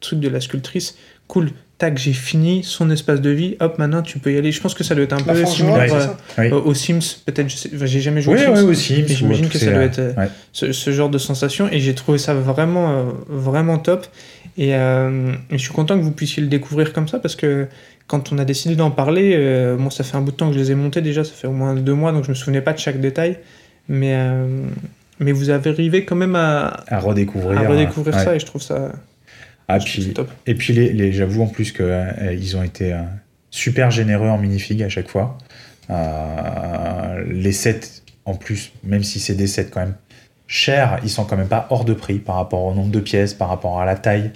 S5: truc de la sculptrice, cool, tac, j'ai fini son espace de vie, hop, maintenant tu peux y aller. Je pense que ça doit être un peu
S4: Ouais,
S5: similaire
S4: c'est
S5: euh,
S4: ça.
S6: Oui.
S5: au- aux Sims, peut-être, je sais- enfin, j'ai jamais joué
S6: Oui,
S5: aux
S6: oui,
S5: Sims.
S6: aussi.
S5: Mais j'imagine que ça doit être, euh, ce, ce genre de sensation et j'ai trouvé ça vraiment euh, vraiment top et, euh, et je suis content que vous puissiez le découvrir comme ça parce que quand on a décidé d'en parler euh, bon ça fait un bout de temps que je les ai montés déjà ça fait au moins deux mois donc je me souvenais pas de chaque détail mais euh, mais vous avez arrivé quand même à,
S6: à redécouvrir. hein.
S5: à redécouvrir
S6: Ouais.
S5: ça et je trouve ça
S6: Ah,
S5: je trouve
S6: puis-
S5: ça top
S6: et puis, les, les- j'avoue en plus que euh, ils ont été euh, super généreux en minifig à chaque fois. Euh, les sets, en plus, même si c'est des sets quand même chers, ils sont quand même pas hors de prix par rapport au nombre de pièces, par rapport à la taille,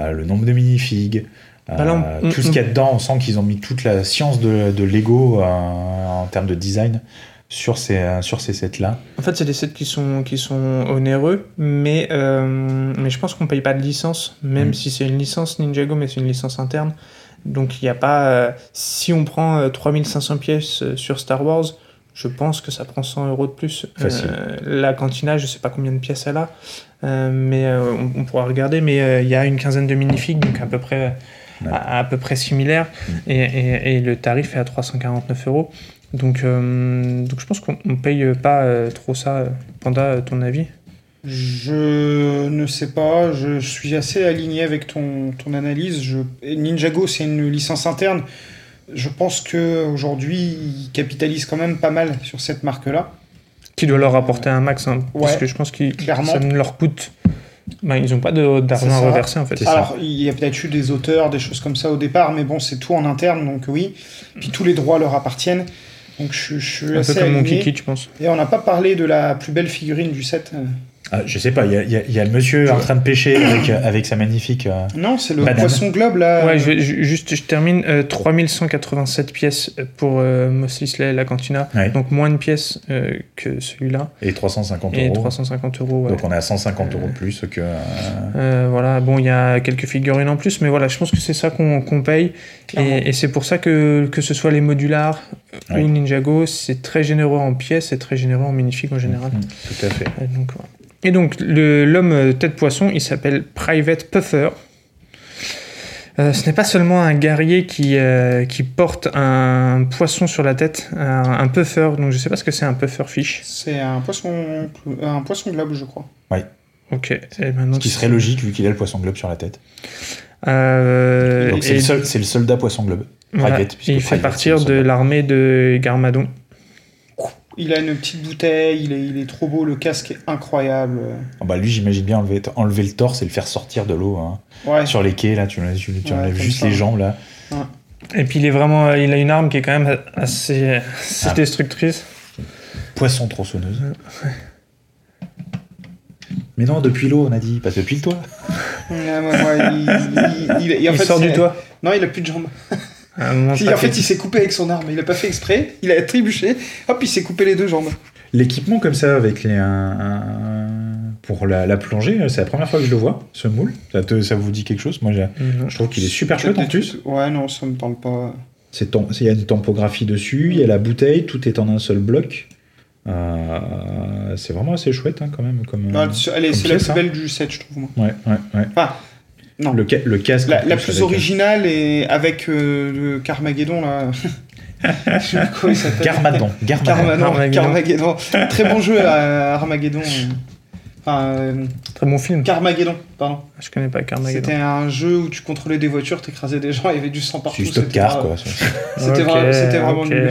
S6: euh, le nombre de minifigs. euh,
S5: Bah là, on-
S6: tout
S5: on-
S6: ce qu'il y a dedans, on sent qu'ils ont mis toute la science de, de Lego euh, en termes de design sur ces, euh, sur ces sets-là.
S5: en fait c'est des sets qui sont qui sont onéreux mais euh, mais je pense qu'on paye pas de licence même
S6: Mm.
S5: si c'est une licence Ninjago mais c'est une licence interne Donc il n'y a pas. euh, si on prend euh, 3500 pièces euh, sur Star Wars, je pense que ça prend 100 euros de plus.
S6: Facile.
S5: Euh, la cantina, je ne sais pas combien de pièces elle a, euh, mais euh, on, on pourra regarder. Mais euh, il y a une quinzaine de minifigs, donc à peu près,
S6: Ouais. Mm.
S5: à, à peu près similaire. Et, et- et le tarif est à 349 euros. Donc, euh, donc je pense qu'on ne paye euh, pas euh, trop ça. euh, Panda, euh, ton avis
S4: Je ne sais pas, je suis assez aligné avec ton, ton analyse. Je, Ninjago, c'est une licence interne. Je pense que aujourd'hui, ils capitalisent quand même pas mal sur cette marque-là.
S5: Qui doit leur apporter un max, hein, parce
S4: Ouais,
S5: que je pense que
S4: clairement.
S5: ça ne leur coûte Bah, ils n'ont pas de-
S4: C'est
S5: d'argent
S4: ça.
S5: à reverser, en fait.
S6: C'est ça.
S4: Alors, il y a peut-être eu des auteurs, des choses comme ça au départ, mais bon, c'est tout en interne, donc oui. Puis tous les droits leur appartiennent. Donc je, je suis
S5: Un peu
S4: assez
S5: comme mon
S4: aligné.
S5: kiki, je pense.
S4: Et on n'a pas parlé de la plus belle figurine du set. euh.
S6: Ah, je sais pas, il y a, il y a- il y a le monsieur en train de pêcher avec, euh, avec sa magnifique. euh,
S4: Non, c'est le
S6: Banane.
S4: poisson globe là.
S5: Ouais, je, vais- ju- juste, je termine. euh, 3187 pièces pour euh, Mos Eisley, la cantina.
S6: Ouais.
S5: Donc moins de pièces euh, que celui-là.
S6: et 350
S5: Et
S6: euros.
S5: 350 euros. ouais.
S6: Donc on est à 150 euros de plus que. euh,
S5: Euh, voilà, bon, il y a quelques figurines en plus, mais voilà, je pense que c'est ça qu'on qu'on paye.
S4: Clairement.
S5: Et, et c'est pour ça que, que ce soit les modulars
S6: Oui.
S5: ou Ninjago, c'est très généreux en pièces et très généreux en minifigs en général.
S6: mm, Tout à fait.
S5: Et donc, voilà. Et donc, le- l'homme euh, tête poisson, il s'appelle Private Puffer. Euh, ce n'est pas seulement un guerrier qui, euh, qui porte un poisson sur la tête, un, un puffer, donc je sais pas ce que c'est un puffer fish.
S4: C'est un poisson, un poisson globe, je crois.
S5: Ok, et maintenant.
S6: Ce qui serait logique vu qu'il a le poisson globe sur la tête.
S5: Euh,
S6: Donc c'est
S5: et-
S6: le, seul- c'est le soldat poisson globe.
S5: Voilà,
S6: Private, puisque
S5: il fait
S6: private,
S5: partir
S6: c'est
S5: de
S6: le soldat.
S5: l'armée de Garmadon.
S4: Il a une petite bouteille, il est, il est trop beau, le casque est incroyable.
S6: Ah bah lui, j'imagine bien enlever, enlever le torse et le faire sortir de l'eau. hein.
S4: Ouais,
S6: Sur les quais, là, tu, tu, tu
S4: Ouais,
S6: enlèves
S4: comme
S6: juste
S4: ça.
S6: les jambes, là.
S5: Et puis il est vraiment, euh, il a une arme qui est quand même assez, assez
S6: Ah.
S5: destructrice.
S6: Poisson tronçonneuse. Mais non, depuis l'eau, on a dit. Pas depuis le toit.
S4: Ouais, ouais, ouais, il, il- il- et en
S5: il
S4: fait,
S5: sort
S4: c'est-
S5: du toit. Euh, Ah,
S4: Non, il a plus de jambes.
S5: À un moment,
S4: Il- en
S5: ça
S4: fait, il s'est coupé avec son arme. Il a pas fait exprès. Il a trébuché. Hop, il s'est coupé les deux jambes.
S6: L'équipement comme ça, avec les, un- un- pour la, la plongée, c'est la première fois que je le vois, ce moule. Ça, te- ça vous dit quelque chose Moi, j'ai-
S5: Mhm.
S6: je trouve qu'il est super chouette en plus.
S4: Ouais, non, ça me parle pas.
S6: C'est tem- Il y a une tempographie dessus, il y a la bouteille, tout est en un seul bloc. Euh, c'est vraiment assez chouette, hein, quand même. Comme,
S4: Non,
S5: Hmm.
S6: euh,
S4: c'est- allez,
S6: comme
S4: c'est la
S6: pièce,
S4: plus
S6: hein.
S4: belle du set, je trouve. Moi.
S6: Ouais, ouais, ouais.
S4: Enfin, Ah, non.
S6: Le, ca- le casque.
S4: La,
S6: en
S4: la
S6: plus,
S4: plus
S6: avec, euh,
S4: originale et avec euh, le Carmageddon là. Je sais pas comment il s'appelle.
S6: Garmadon. Garmadon.
S4: Carmanon,
S5: Carmageddon.
S4: Carmageddon. Très bon jeu à Armageddon. Enfin, euh,
S5: Très bon film.
S4: Carmageddon, pardon.
S5: Je connais pas Carmageddon.
S4: C'était un jeu où tu contrôlais des voitures, t'écrasais des gens, il y avait du sang partout.
S6: C'est juste au
S4: c'était
S6: quart,
S4: vra-
S6: quoi.
S4: C'était
S5: Ok,
S4: vra- c'était vraiment
S5: ok.
S4: nul.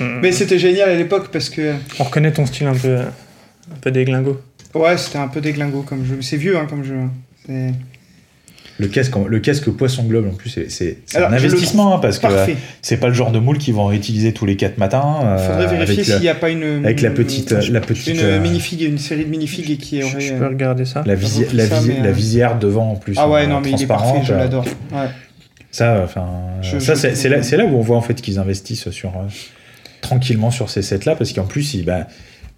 S5: Mm, mm.
S4: Mais c'était génial à l'époque parce que
S5: On reconnaît ton style un peu, euh, un peu déglingo.
S4: ouais, c'était un peu déglingo comme jeu. Mais C'est vieux hein, comme jeu. hein. C'est
S6: Le casque, en- le casque poisson globe en plus, c'est- c'est c'est
S4: Alors,
S6: un
S4: je le
S6: investissement hein, parce que euh,
S4: parfait.
S6: c'est pas le genre de moule qu'ils vont réutiliser tous les quatre matins. euh,
S4: Faudrait vérifier
S6: avec la-
S4: s'il n'y a pas une
S6: avec la petite, euh, la petite,
S4: une
S6: euh,
S4: minifig, une série de minifigs et qui
S5: Je,
S4: aurait
S5: je
S4: euh,
S5: peux regarder ça.
S6: la, visi-
S4: J'avoue que
S6: la,
S4: ça,
S6: visi-
S4: mais, euh,
S6: la visière devant en plus.
S4: Ah ouais,
S6: euh,
S4: non, mais il est
S6: transparente,
S4: parfait, je
S6: euh,
S4: l'adore. Ouais.
S6: Ça, enfin, euh,
S4: Je-
S6: ça
S4: je-
S6: c'est c'est là, c'est là où on voit en fait qu'ils investissent sur euh, tranquillement sur ces sets là parce qu'en plus, ils, bah,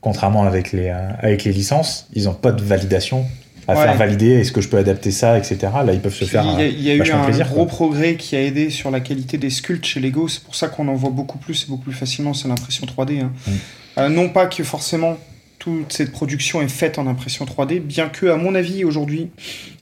S6: contrairement avec les euh, avec les licences, ils ont pas de validation à
S4: Ouais.
S6: faire valider. Est-ce que je peux adapter ça, etc. Là, ils peuvent se
S4: Puis
S6: faire.
S4: il y a,
S6: euh,
S4: il y a eu
S6: vachement
S4: un
S6: plaisir,
S4: gros
S6: quoi.
S4: progrès qui a aidé sur la qualité des sculptes chez Lego. C'est pour ça qu'on en voit beaucoup plus et beaucoup plus facilement. C'est l'impression 3D. hein.
S6: Mm.
S4: Euh, non pas que forcément toute cette production est faite en impression 3D, bien que, à mon avis, aujourd'hui,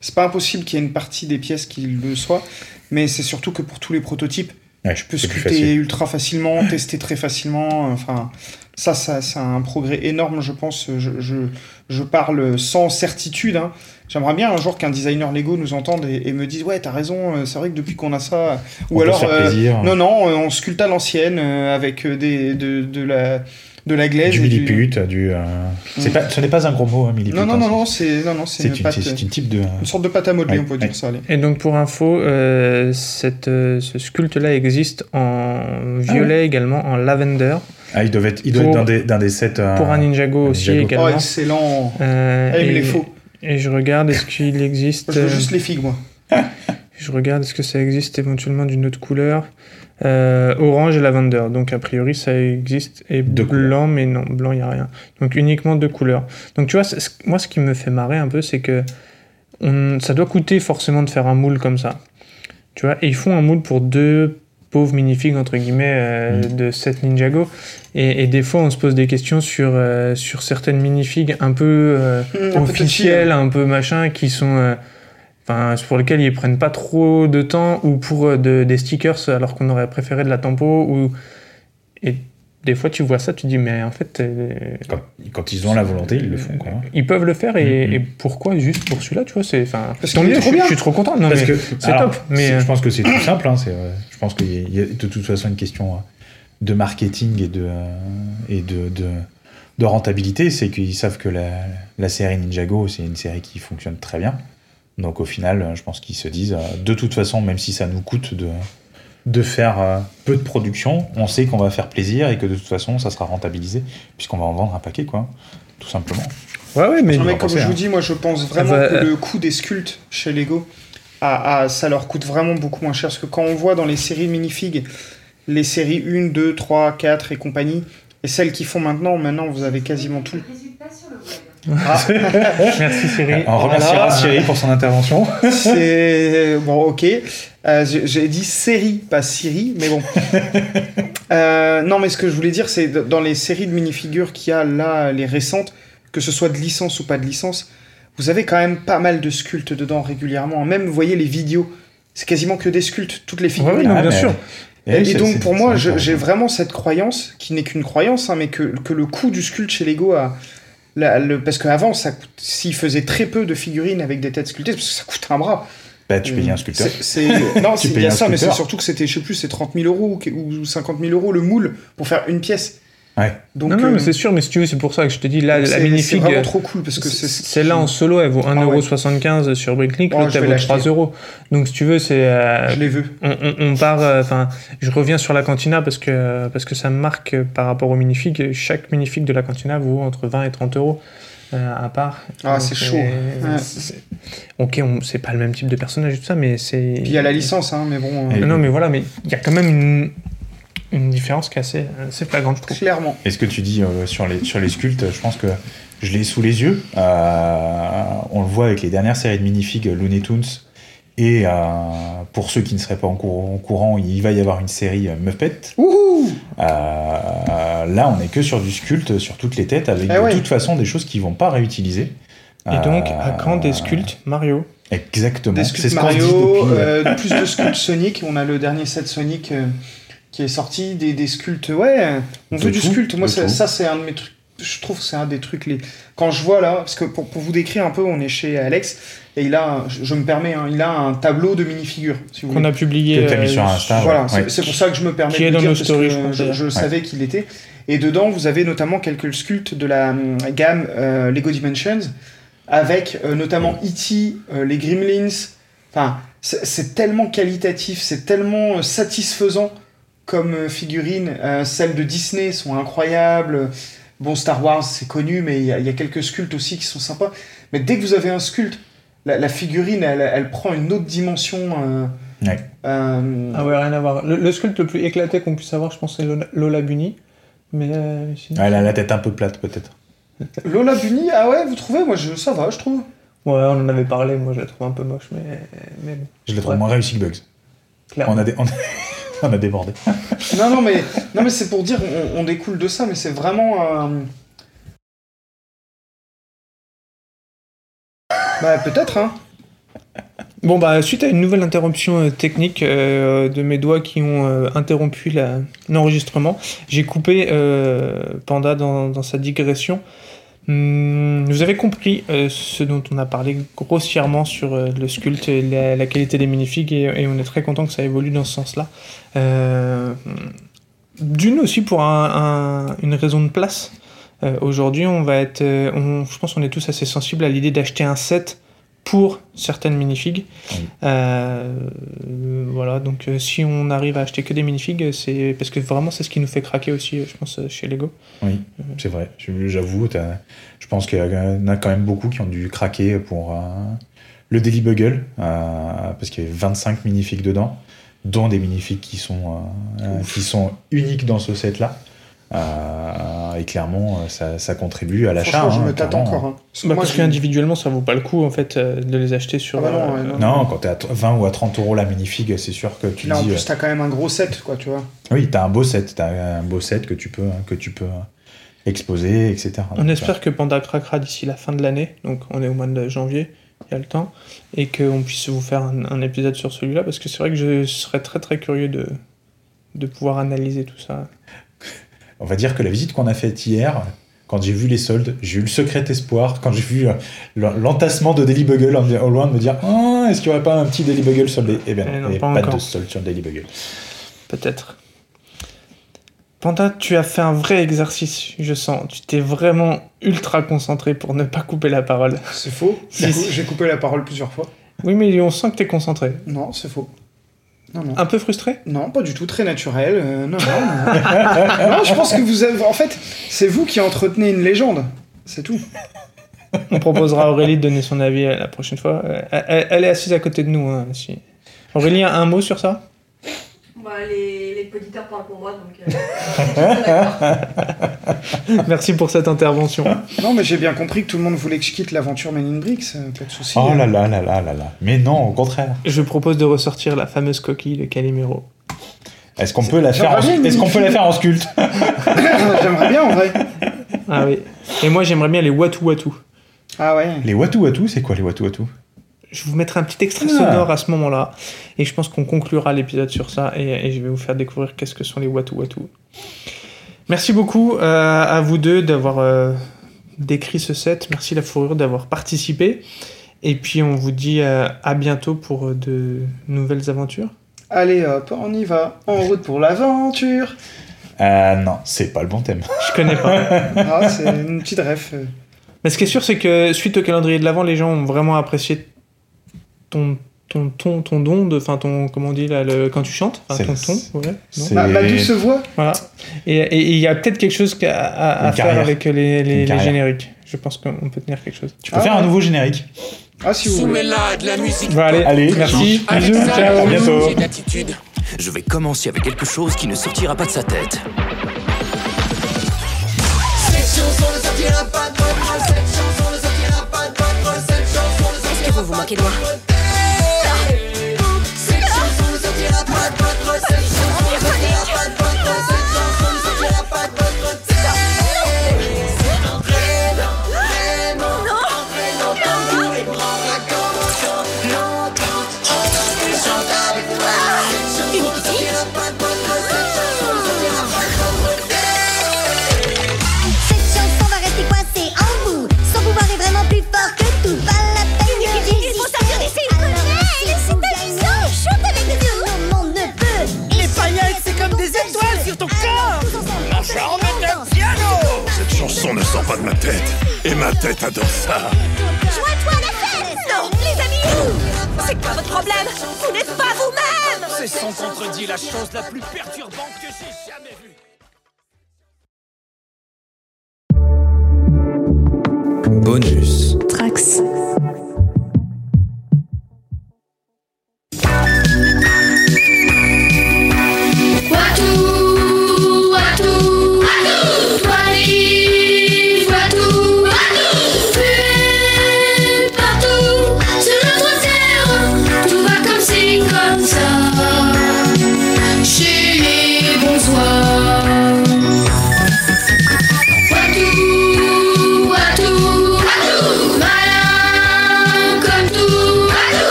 S4: c'est pas impossible qu'il y ait une partie des pièces qui le soit. Mais c'est surtout que pour tous les prototypes,
S6: Ouais,
S4: je peux
S6: c'est plus
S4: sculpter
S6: facile.
S4: ultra facilement, tester très facilement. Enfin, ça, ça, c'est un progrès énorme, je pense. Je, je, je parle sans certitude. hein. J'aimerais bien un jour qu'un designer Lego nous entende et, et me dise ouais, t'as raison. euh, C'est vrai que depuis qu'on a ça,
S6: On
S4: ou
S6: peut
S4: alors
S6: se faire
S4: euh,
S6: plaisir. hein.
S4: non, non, euh, on sculpte à l'ancienne euh, avec des de, de la de la glaise.
S6: du
S4: et du-
S6: milliput, du. euh, c'est
S4: Mm.
S6: pas, ce n'est pas un gros mot, hein, milliput.
S4: Non, non,
S6: hein,
S4: non,
S6: c'est-
S4: non, c'est non, non, c'est
S6: C'est
S4: une, euh,
S6: une,
S4: pâte,
S6: c'est une type de. euh,
S4: une sorte de pâte à modeler,
S6: Ouais,
S4: on peut
S6: ouais.
S4: dire ça. Allez.
S5: Et donc pour info, euh, cette, euh, ce sculpte-là existe en
S4: Ah
S5: violet également, en lavender,
S6: Ah, il doit être, il doit être
S5: Pour-
S6: dans des, dans des sets. euh,
S5: pour un Ninjago
S6: un
S5: aussi
S6: Ninjago.
S4: Oh,
S5: également.
S4: excellent.
S5: Euh,
S4: Ah, il me
S5: et-
S4: les faut.
S5: Et je regarde, est-ce qu'il existe.
S4: Je veux
S5: euh,
S4: juste les figues, moi.
S5: Je regarde, est-ce que ça existe éventuellement d'une autre couleur Euh, Orange et lavender. Donc, a priori, ça existe. Et
S6: Deux
S5: blanc, mais non, blanc, il n'y a rien. Donc, uniquement deux couleurs. Donc, tu vois, c'est- c'est- moi, ce qui me fait marrer un peu, c'est que on, ça doit coûter forcément de faire un moule comme ça. Tu vois, et ils font un moule pour deux pauvres minifigs, entre guillemets, euh,
S6: Mm.
S5: de 7 Ninjago. Et, et des fois, on se pose des questions sur, euh, sur certaines minifigs un peu.
S6: Mm,
S4: Un
S5: euh,
S4: peu touchy,
S5: officiels,
S6: hein.
S5: un peu machin, qui sont. euh, Enfin, pour lesquels ils prennent pas trop de temps, ou pour euh, de- des stickers alors qu'on aurait préféré de la tempo, ou. Et des fois, tu vois ça, tu dis, mais en fait. euh,
S6: Quand, quand ils ont la volonté, ils le font. Quoi.
S5: Ils peuvent le faire, et,
S6: Mhm.
S5: et pourquoi juste pour celui-là, tu vois c'est, enfin,
S4: Parce
S5: tant
S4: qu'il est
S5: mieux,
S4: trop
S5: je,
S4: bien.
S5: je suis trop content. Non, mais- c'est
S6: alors,
S5: top, mais,
S6: c'est-
S5: euh,
S6: je pense que c'est tout simple. hein, c'est, euh, je pense qu'il y a- il y a de toute façon une question euh, de marketing et de euh, et de, de de rentabilité, c'est qu'ils savent que la, la série Ninjago, c'est une série qui fonctionne très bien. Donc au final, euh, je pense qu'ils se disent, euh, de toute façon, même si ça nous coûte de, de faire euh, peu de production, on sait qu'on va faire plaisir et que de toute façon, ça sera rentabilisé, puisqu'on va en vendre un paquet, quoi. Tout simplement.
S5: Ouais, ouais, mais.
S6: on
S4: Non,
S6: va
S4: mais comme
S6: penser,
S4: je
S6: hein.
S4: vous dis, moi je pense vraiment
S5: va-
S4: que le coût des sculptes chez Lego, ah, ah, ça leur coûte vraiment beaucoup moins cher. Parce que quand on voit dans les séries minifigs, les séries 1, 2, 3, 4 et compagnie, et celles qu'ils font maintenant, maintenant vous avez quasiment tout. Ah,
S5: Merci Cyril.
S6: Euh,
S4: Euh,
S6: On remerciera
S4: Voilà.
S6: Thierry pour son intervention.
S4: c'est. Bon, ok. Euh, j'ai- J'ai dit série, pas série, mais bon. Euh, non, mais ce que je voulais dire, c'est d- dans les séries de minifigures qu'il y a là, les récentes, que ce soit de licence ou pas de licence, vous avez quand même pas mal de sculptes dedans régulièrement. Même, vous voyez les vidéos, c'est quasiment que des sculptes, toutes les figures.
S5: Ouais, ouais, non,
S6: Ah,
S5: bien
S6: mais-
S5: sûr.
S6: Eh oui,
S4: Et,
S6: c'est-
S4: donc
S6: c'est-
S4: pour
S6: c'est
S4: moi,
S6: vrai
S4: je-
S6: qu'on-
S4: j'ai vraiment cette croyance, qui n'est qu'une croyance, hein, mais que, que le coût du sculpte chez Lego a... la- le, parce qu'avant, ça coûte- s'ils faisaient très peu de figurines avec des têtes sculptées, parce que ça coûte un bras.
S7: Bah, tu payais un sculpteur.
S4: Euh, Mmh. C'est- c'est- non,
S7: Tu
S4: c'est- il y
S7: payais
S4: a
S7: un
S4: ça, mais c'est
S7: sculpteur.
S4: surtout que c'était, je sais plus, c'est 30 000 euros ou que- ou 50 000 euros le moule pour faire une pièce.
S6: Ouais.
S4: Donc,
S5: non, non,
S4: euh,
S5: mais c'est sûr, mais si tu veux, c'est pour ça que je te dis, là,
S4: donc
S5: la euh,
S4: c'est- c'est
S5: minifig,
S4: vraiment trop cool parce que c'est Ah
S5: celle-là en solo, elle vaut 1,75€ sur Bricklink,
S4: Oh,
S5: l'autre,
S4: je
S5: elle
S4: vais
S5: vaut
S4: l'acheter.
S5: 3€. euros. Donc, si tu veux, c'est. euh,
S4: je les veux.
S5: on, on- on part. euh, Enfin, je reviens sur la cantina parce que, parce que ça me marque euh, par rapport aux minifigs. Chaque minifig de la cantina vaut entre 20 et 30 euros. euh, à part.
S4: Ah,
S5: Donc,
S4: c'est chaud.
S5: euh,
S4: Ouais.
S5: c'est- Ok, on- c'est pas le même type de personnage et tout ça, mais c'est.
S4: Puis il y a la licence, hein, mais bon, euh,
S6: Et-
S5: Non, non, mais voilà, mais il y a quand même une, une différence qui est assez, assez flagrante, je trouve.
S4: clairement.
S6: Et ce que tu dis euh, sur, les, sur les sculptes, je pense que je l'ai sous les yeux. Euh, on le voit avec les dernières séries de minifigs euh, Looney Tunes. Et euh, pour ceux qui ne seraient pas en cour- au courant, il va y avoir une série euh, Muppet.
S4: Wouhou
S6: Euh, là, on est que sur du sculpte, sur toutes les têtes, avec
S4: Eh
S6: de
S4: ouais.
S6: toute façon des choses qu'ils vont pas réutiliser.
S5: Et donc,
S6: Euh,
S5: à quand des sculptes Mario
S6: Exactement.
S4: Des
S6: C'est
S4: sculpts
S6: ce qu'on dit
S4: Mario,
S6: depuis, euh,
S4: euh, plus de sculpts Sonic. On a le dernier set Sonic euh, qui est sorti, des, des sculpts. Ouais, euh, on
S6: De
S4: veut du
S6: tout,
S4: sculpte. Moi,
S6: de
S4: ça,
S6: tout.
S4: ça, c'est un de mes trucs. Je trouve que c'est un des trucs les. Quand je vois là, parce que pour, pour vous décrire un peu, on est chez Alex et il a, un- je, je me permets, hein, il a un tableau de minifigures. Si vous
S5: qu'on
S4: voulez.
S5: a publié. euh,
S6: Que t'as mis sur Insta. Ah
S4: voilà,
S6: ouais,
S4: c'est-
S6: ouais.
S4: c'est pour ça que je me permets
S5: Qui
S4: de
S5: est
S4: le
S5: dans
S4: dire
S5: nos
S4: parce
S5: stories,
S4: que
S5: je pense,
S4: je,
S5: d'ailleurs.
S4: je savais qu'il était. Et dedans, vous avez notamment quelques sculptes de la hum, gamme euh, Lego Dimensions, avec euh, notamment E.T., euh, les Gremlins. Enfin, c'est- c'est tellement qualitatif, c'est tellement euh, satisfaisant comme euh, figurine. Euh, celles de Disney sont incroyables. Bon, Star Wars, c'est connu, mais il y, a- il y a quelques sculptes aussi qui sont sympas. Mais dès que vous avez un sculpte, la, la figurine, elle, elle prend une autre dimension. euh,
S6: Ouais.
S4: euh,
S5: Ah ouais, rien à voir. Le, le sculpte le plus éclaté qu'on puisse avoir, je pense, c'est Lola, Lola Bunny. Mais euh, sinon-
S6: Elle a la tête un peu plate, peut-être.
S4: Lola Bunny, ah ouais, vous trouvez Moi, je, ça va, je trouve.
S5: Ouais, on en avait parlé, moi je la trouve un peu moche, mais, mais bon,
S6: Je la trouve
S5: Ouais.
S6: moins réussie que Bugs.
S5: clairement.
S6: On a, dé- on a- on a débordé.
S4: Non, non, mais, non, mais c'est pour dire, on, on découle de ça, mais c'est vraiment. euh, Bah, peut-être, hein.
S5: Bon, bah, suite à une nouvelle interruption euh, technique euh, de mes doigts qui ont euh, interrompu la- l'enregistrement, j'ai coupé euh, Panda dans, dans sa digression. Hum, vous avez compris euh, ce dont on a parlé grossièrement sur euh, le sculpte et la, la qualité des minifigs, et, et on est très content que ça évolue dans ce sens-là. Euh, D'une aussi pour un- un- une raison de place. Euh, Aujourd'hui, on va être, euh, on- je pense, qu'on est tous assez sensibles à l'idée d'acheter un set pour certaines minifigs.
S6: Oui.
S5: Euh, euh, voilà, donc euh, si on arrive à acheter que des minifigs, euh, c'est parce que vraiment c'est ce qui nous fait craquer aussi, euh, je pense, euh, chez Lego.
S6: Oui, c'est vrai. Je- J'avoue, t'as- je pense qu'il y en a quand même beaucoup qui ont dû craquer pour euh, le Daily Bugle, euh, parce qu'il y avait 25 minifigs dedans, dont des minifigs qui sont, euh, qui sont uniques dans ce set-là. Euh, et clairement, euh, ça, ça contribue à l'achat.
S4: Franchement, je
S6: hein,
S4: me tâte
S6: clairement.
S4: encore. Hein.
S5: Bah,
S4: Moi,
S5: parce
S4: je-
S5: qu'individuellement, ça vaut pas le coup en fait euh, de les acheter sur.
S4: Ah bah non,
S5: euh,
S4: ouais, non.
S6: Non, quand t'es à t- 20 ou à 30 euros la minifig, c'est sûr que tu
S4: Là, en
S6: dis.
S5: euh,
S4: plus, t'as quand même un gros set, quoi, tu vois.
S6: euh, oui, t'as un beau set, t'as un beau set que tu peux, que tu peux euh, exposer, etc.
S5: On
S6: Donc,
S5: espère que Panda craquera d'ici la fin de l'année, donc on est au mois de janvier, il y a le temps, et qu'on puisse vous faire un, un épisode sur celui-là, parce que c'est vrai que je serais très très curieux de, de pouvoir analyser tout ça.
S6: On va dire que la visite qu'on a faite hier, quand j'ai vu les soldes, j'ai eu le secret espoir, quand j'ai vu euh, l'en- l'entassement de Daily Bugle en- au loin de me dire Ah, est-ce qu'il n'y aurait pas un petit Daily Bugle soldé Eh bien,
S5: Eh non,
S6: il n'y
S5: pas
S6: avait pas
S5: encore.
S6: de solde sur le Daily Bugle.
S5: Peut-être. Panda, tu as fait un vrai exercice, je sens. Tu t'es vraiment ultra concentré pour ne pas couper la parole.
S4: C'est faux.
S5: Si, si.
S4: J'ai coupé la parole plusieurs fois.
S5: Oui, mais on sent que t'es concentré.
S4: Non, c'est faux. Non, non.
S5: Un peu frustré
S4: Non, pas du tout, très naturel. euh, non, non, non. Non, je pense que vous avez. En fait, c'est vous qui entretenez une légende. C'est tout.
S5: On proposera à Aurélie de donner son avis euh, la prochaine fois. Euh, Elle, elle est assise à côté de nous. hein, si- Aurélie, un un mot sur ça
S8: Bah, les, les auditeurs parlent pour moi, donc. euh, d'accord.
S5: Merci pour cette intervention.
S4: Non, mais j'ai bien compris que tout le monde voulait que je quitte l'aventure Men in Bricks. euh, Pas de soucis.
S2: Oh là là là là là là. Mais non, au contraire.
S5: Je propose de ressortir la fameuse coquille de Calimero.
S2: Est-ce qu'on peut la faire en,
S4: J'aimerais bien une
S2: est-ce qu'on peut la faire en sculpte
S4: J'aimerais bien en vrai.
S5: Ah oui. Et moi, j'aimerais bien les Watu Watu.
S4: Ah ouais.
S2: Les Watu Watu, c'est quoi les Watu Watu
S5: Je vous mettrai un petit extrait
S2: Ah.
S5: sonore à ce moment-là. Et je pense qu'on conclura l'épisode sur ça. Et, et je vais vous faire découvrir qu'est-ce que sont les Watu Watu. Merci beaucoup euh, à vous deux d'avoir euh, décrit ce set. Merci la fourrure d'avoir participé. Et puis on vous dit euh, à bientôt pour euh, de nouvelles aventures.
S4: Allez hop, on y va. En route pour l'aventure.
S6: Euh,
S2: Ah non, c'est pas le bon thème.
S5: Je connais pas.
S4: Ah, c'est une petite ref. euh.
S5: Mais ce qui est sûr, c'est que suite au calendrier de l'avant, les gens ont vraiment apprécié ton ton ton ton don de enfin ton comment on dit là le quand tu chantes enfin,
S2: C'est-
S5: ton ton ouais non
S2: C'est
S4: Ma, ma douce voix.
S5: Voilà. Et et- et il y a peut-être quelque chose qu'à- à, à
S2: Une
S5: faire
S2: carrière.
S5: avec les, les-
S2: Une
S5: les
S2: carrière.
S5: génériques. Je pense qu'on peut tenir quelque chose.
S2: Tu peux faire un nouveau générique.
S4: Ah, si vous voulez.
S9: Soumets-la à de la musique.
S5: Bon, allez,
S2: Allez,
S5: merci.
S9: Avec
S5: Bisous,
S9: ça,
S5: ciao.
S9: elle
S2: À bientôt.
S9: change d'attitude.
S10: Je vais commencer avec quelque chose qui ne sortira pas de sa tête.
S9: Cette chanson ne sortira pas de votre gueule, cette chanson ne sortira pas de votre gueule, cette chanson ne sortira
S11: Est-ce que vous vous moquez de moi
S9: cette chanson ne sortira pas de votre gueule, cette chanson ne sortira pas de votre gueule, cette chanson ne sortira pas de votre gueule, cette chanson ne sortira pas de votre gueule. Vraiment, vraiment, entrez dans ton cou et prends-la comme on chante longtemps. Entends que je chante avec toi. Cette chanson ne sortira pas de votre gueule, cette chanson ne sortira pas de votre gueule.
S11: Cette chanson va rester coincée en vous. Son pouvoir est vraiment plus fort que tout. Pas la peine de résister. Il faut sortir d'ici, il faut Chante avec nous. Le monde ne peut. Les paillettes, c'est comme des étoiles sur ton corps. Ma charme est un piano.
S9: Cette chanson ne sort pas de ma tête, et ma tête adore ça.
S11: Joins-toi à la fête. Non, les amis. C'est quoi votre problème Vous n'êtes pas vous-même.
S10: C'est sans contredit la chose la plus perturbante que j'ai jamais vue. Bonus.
S12: Trax.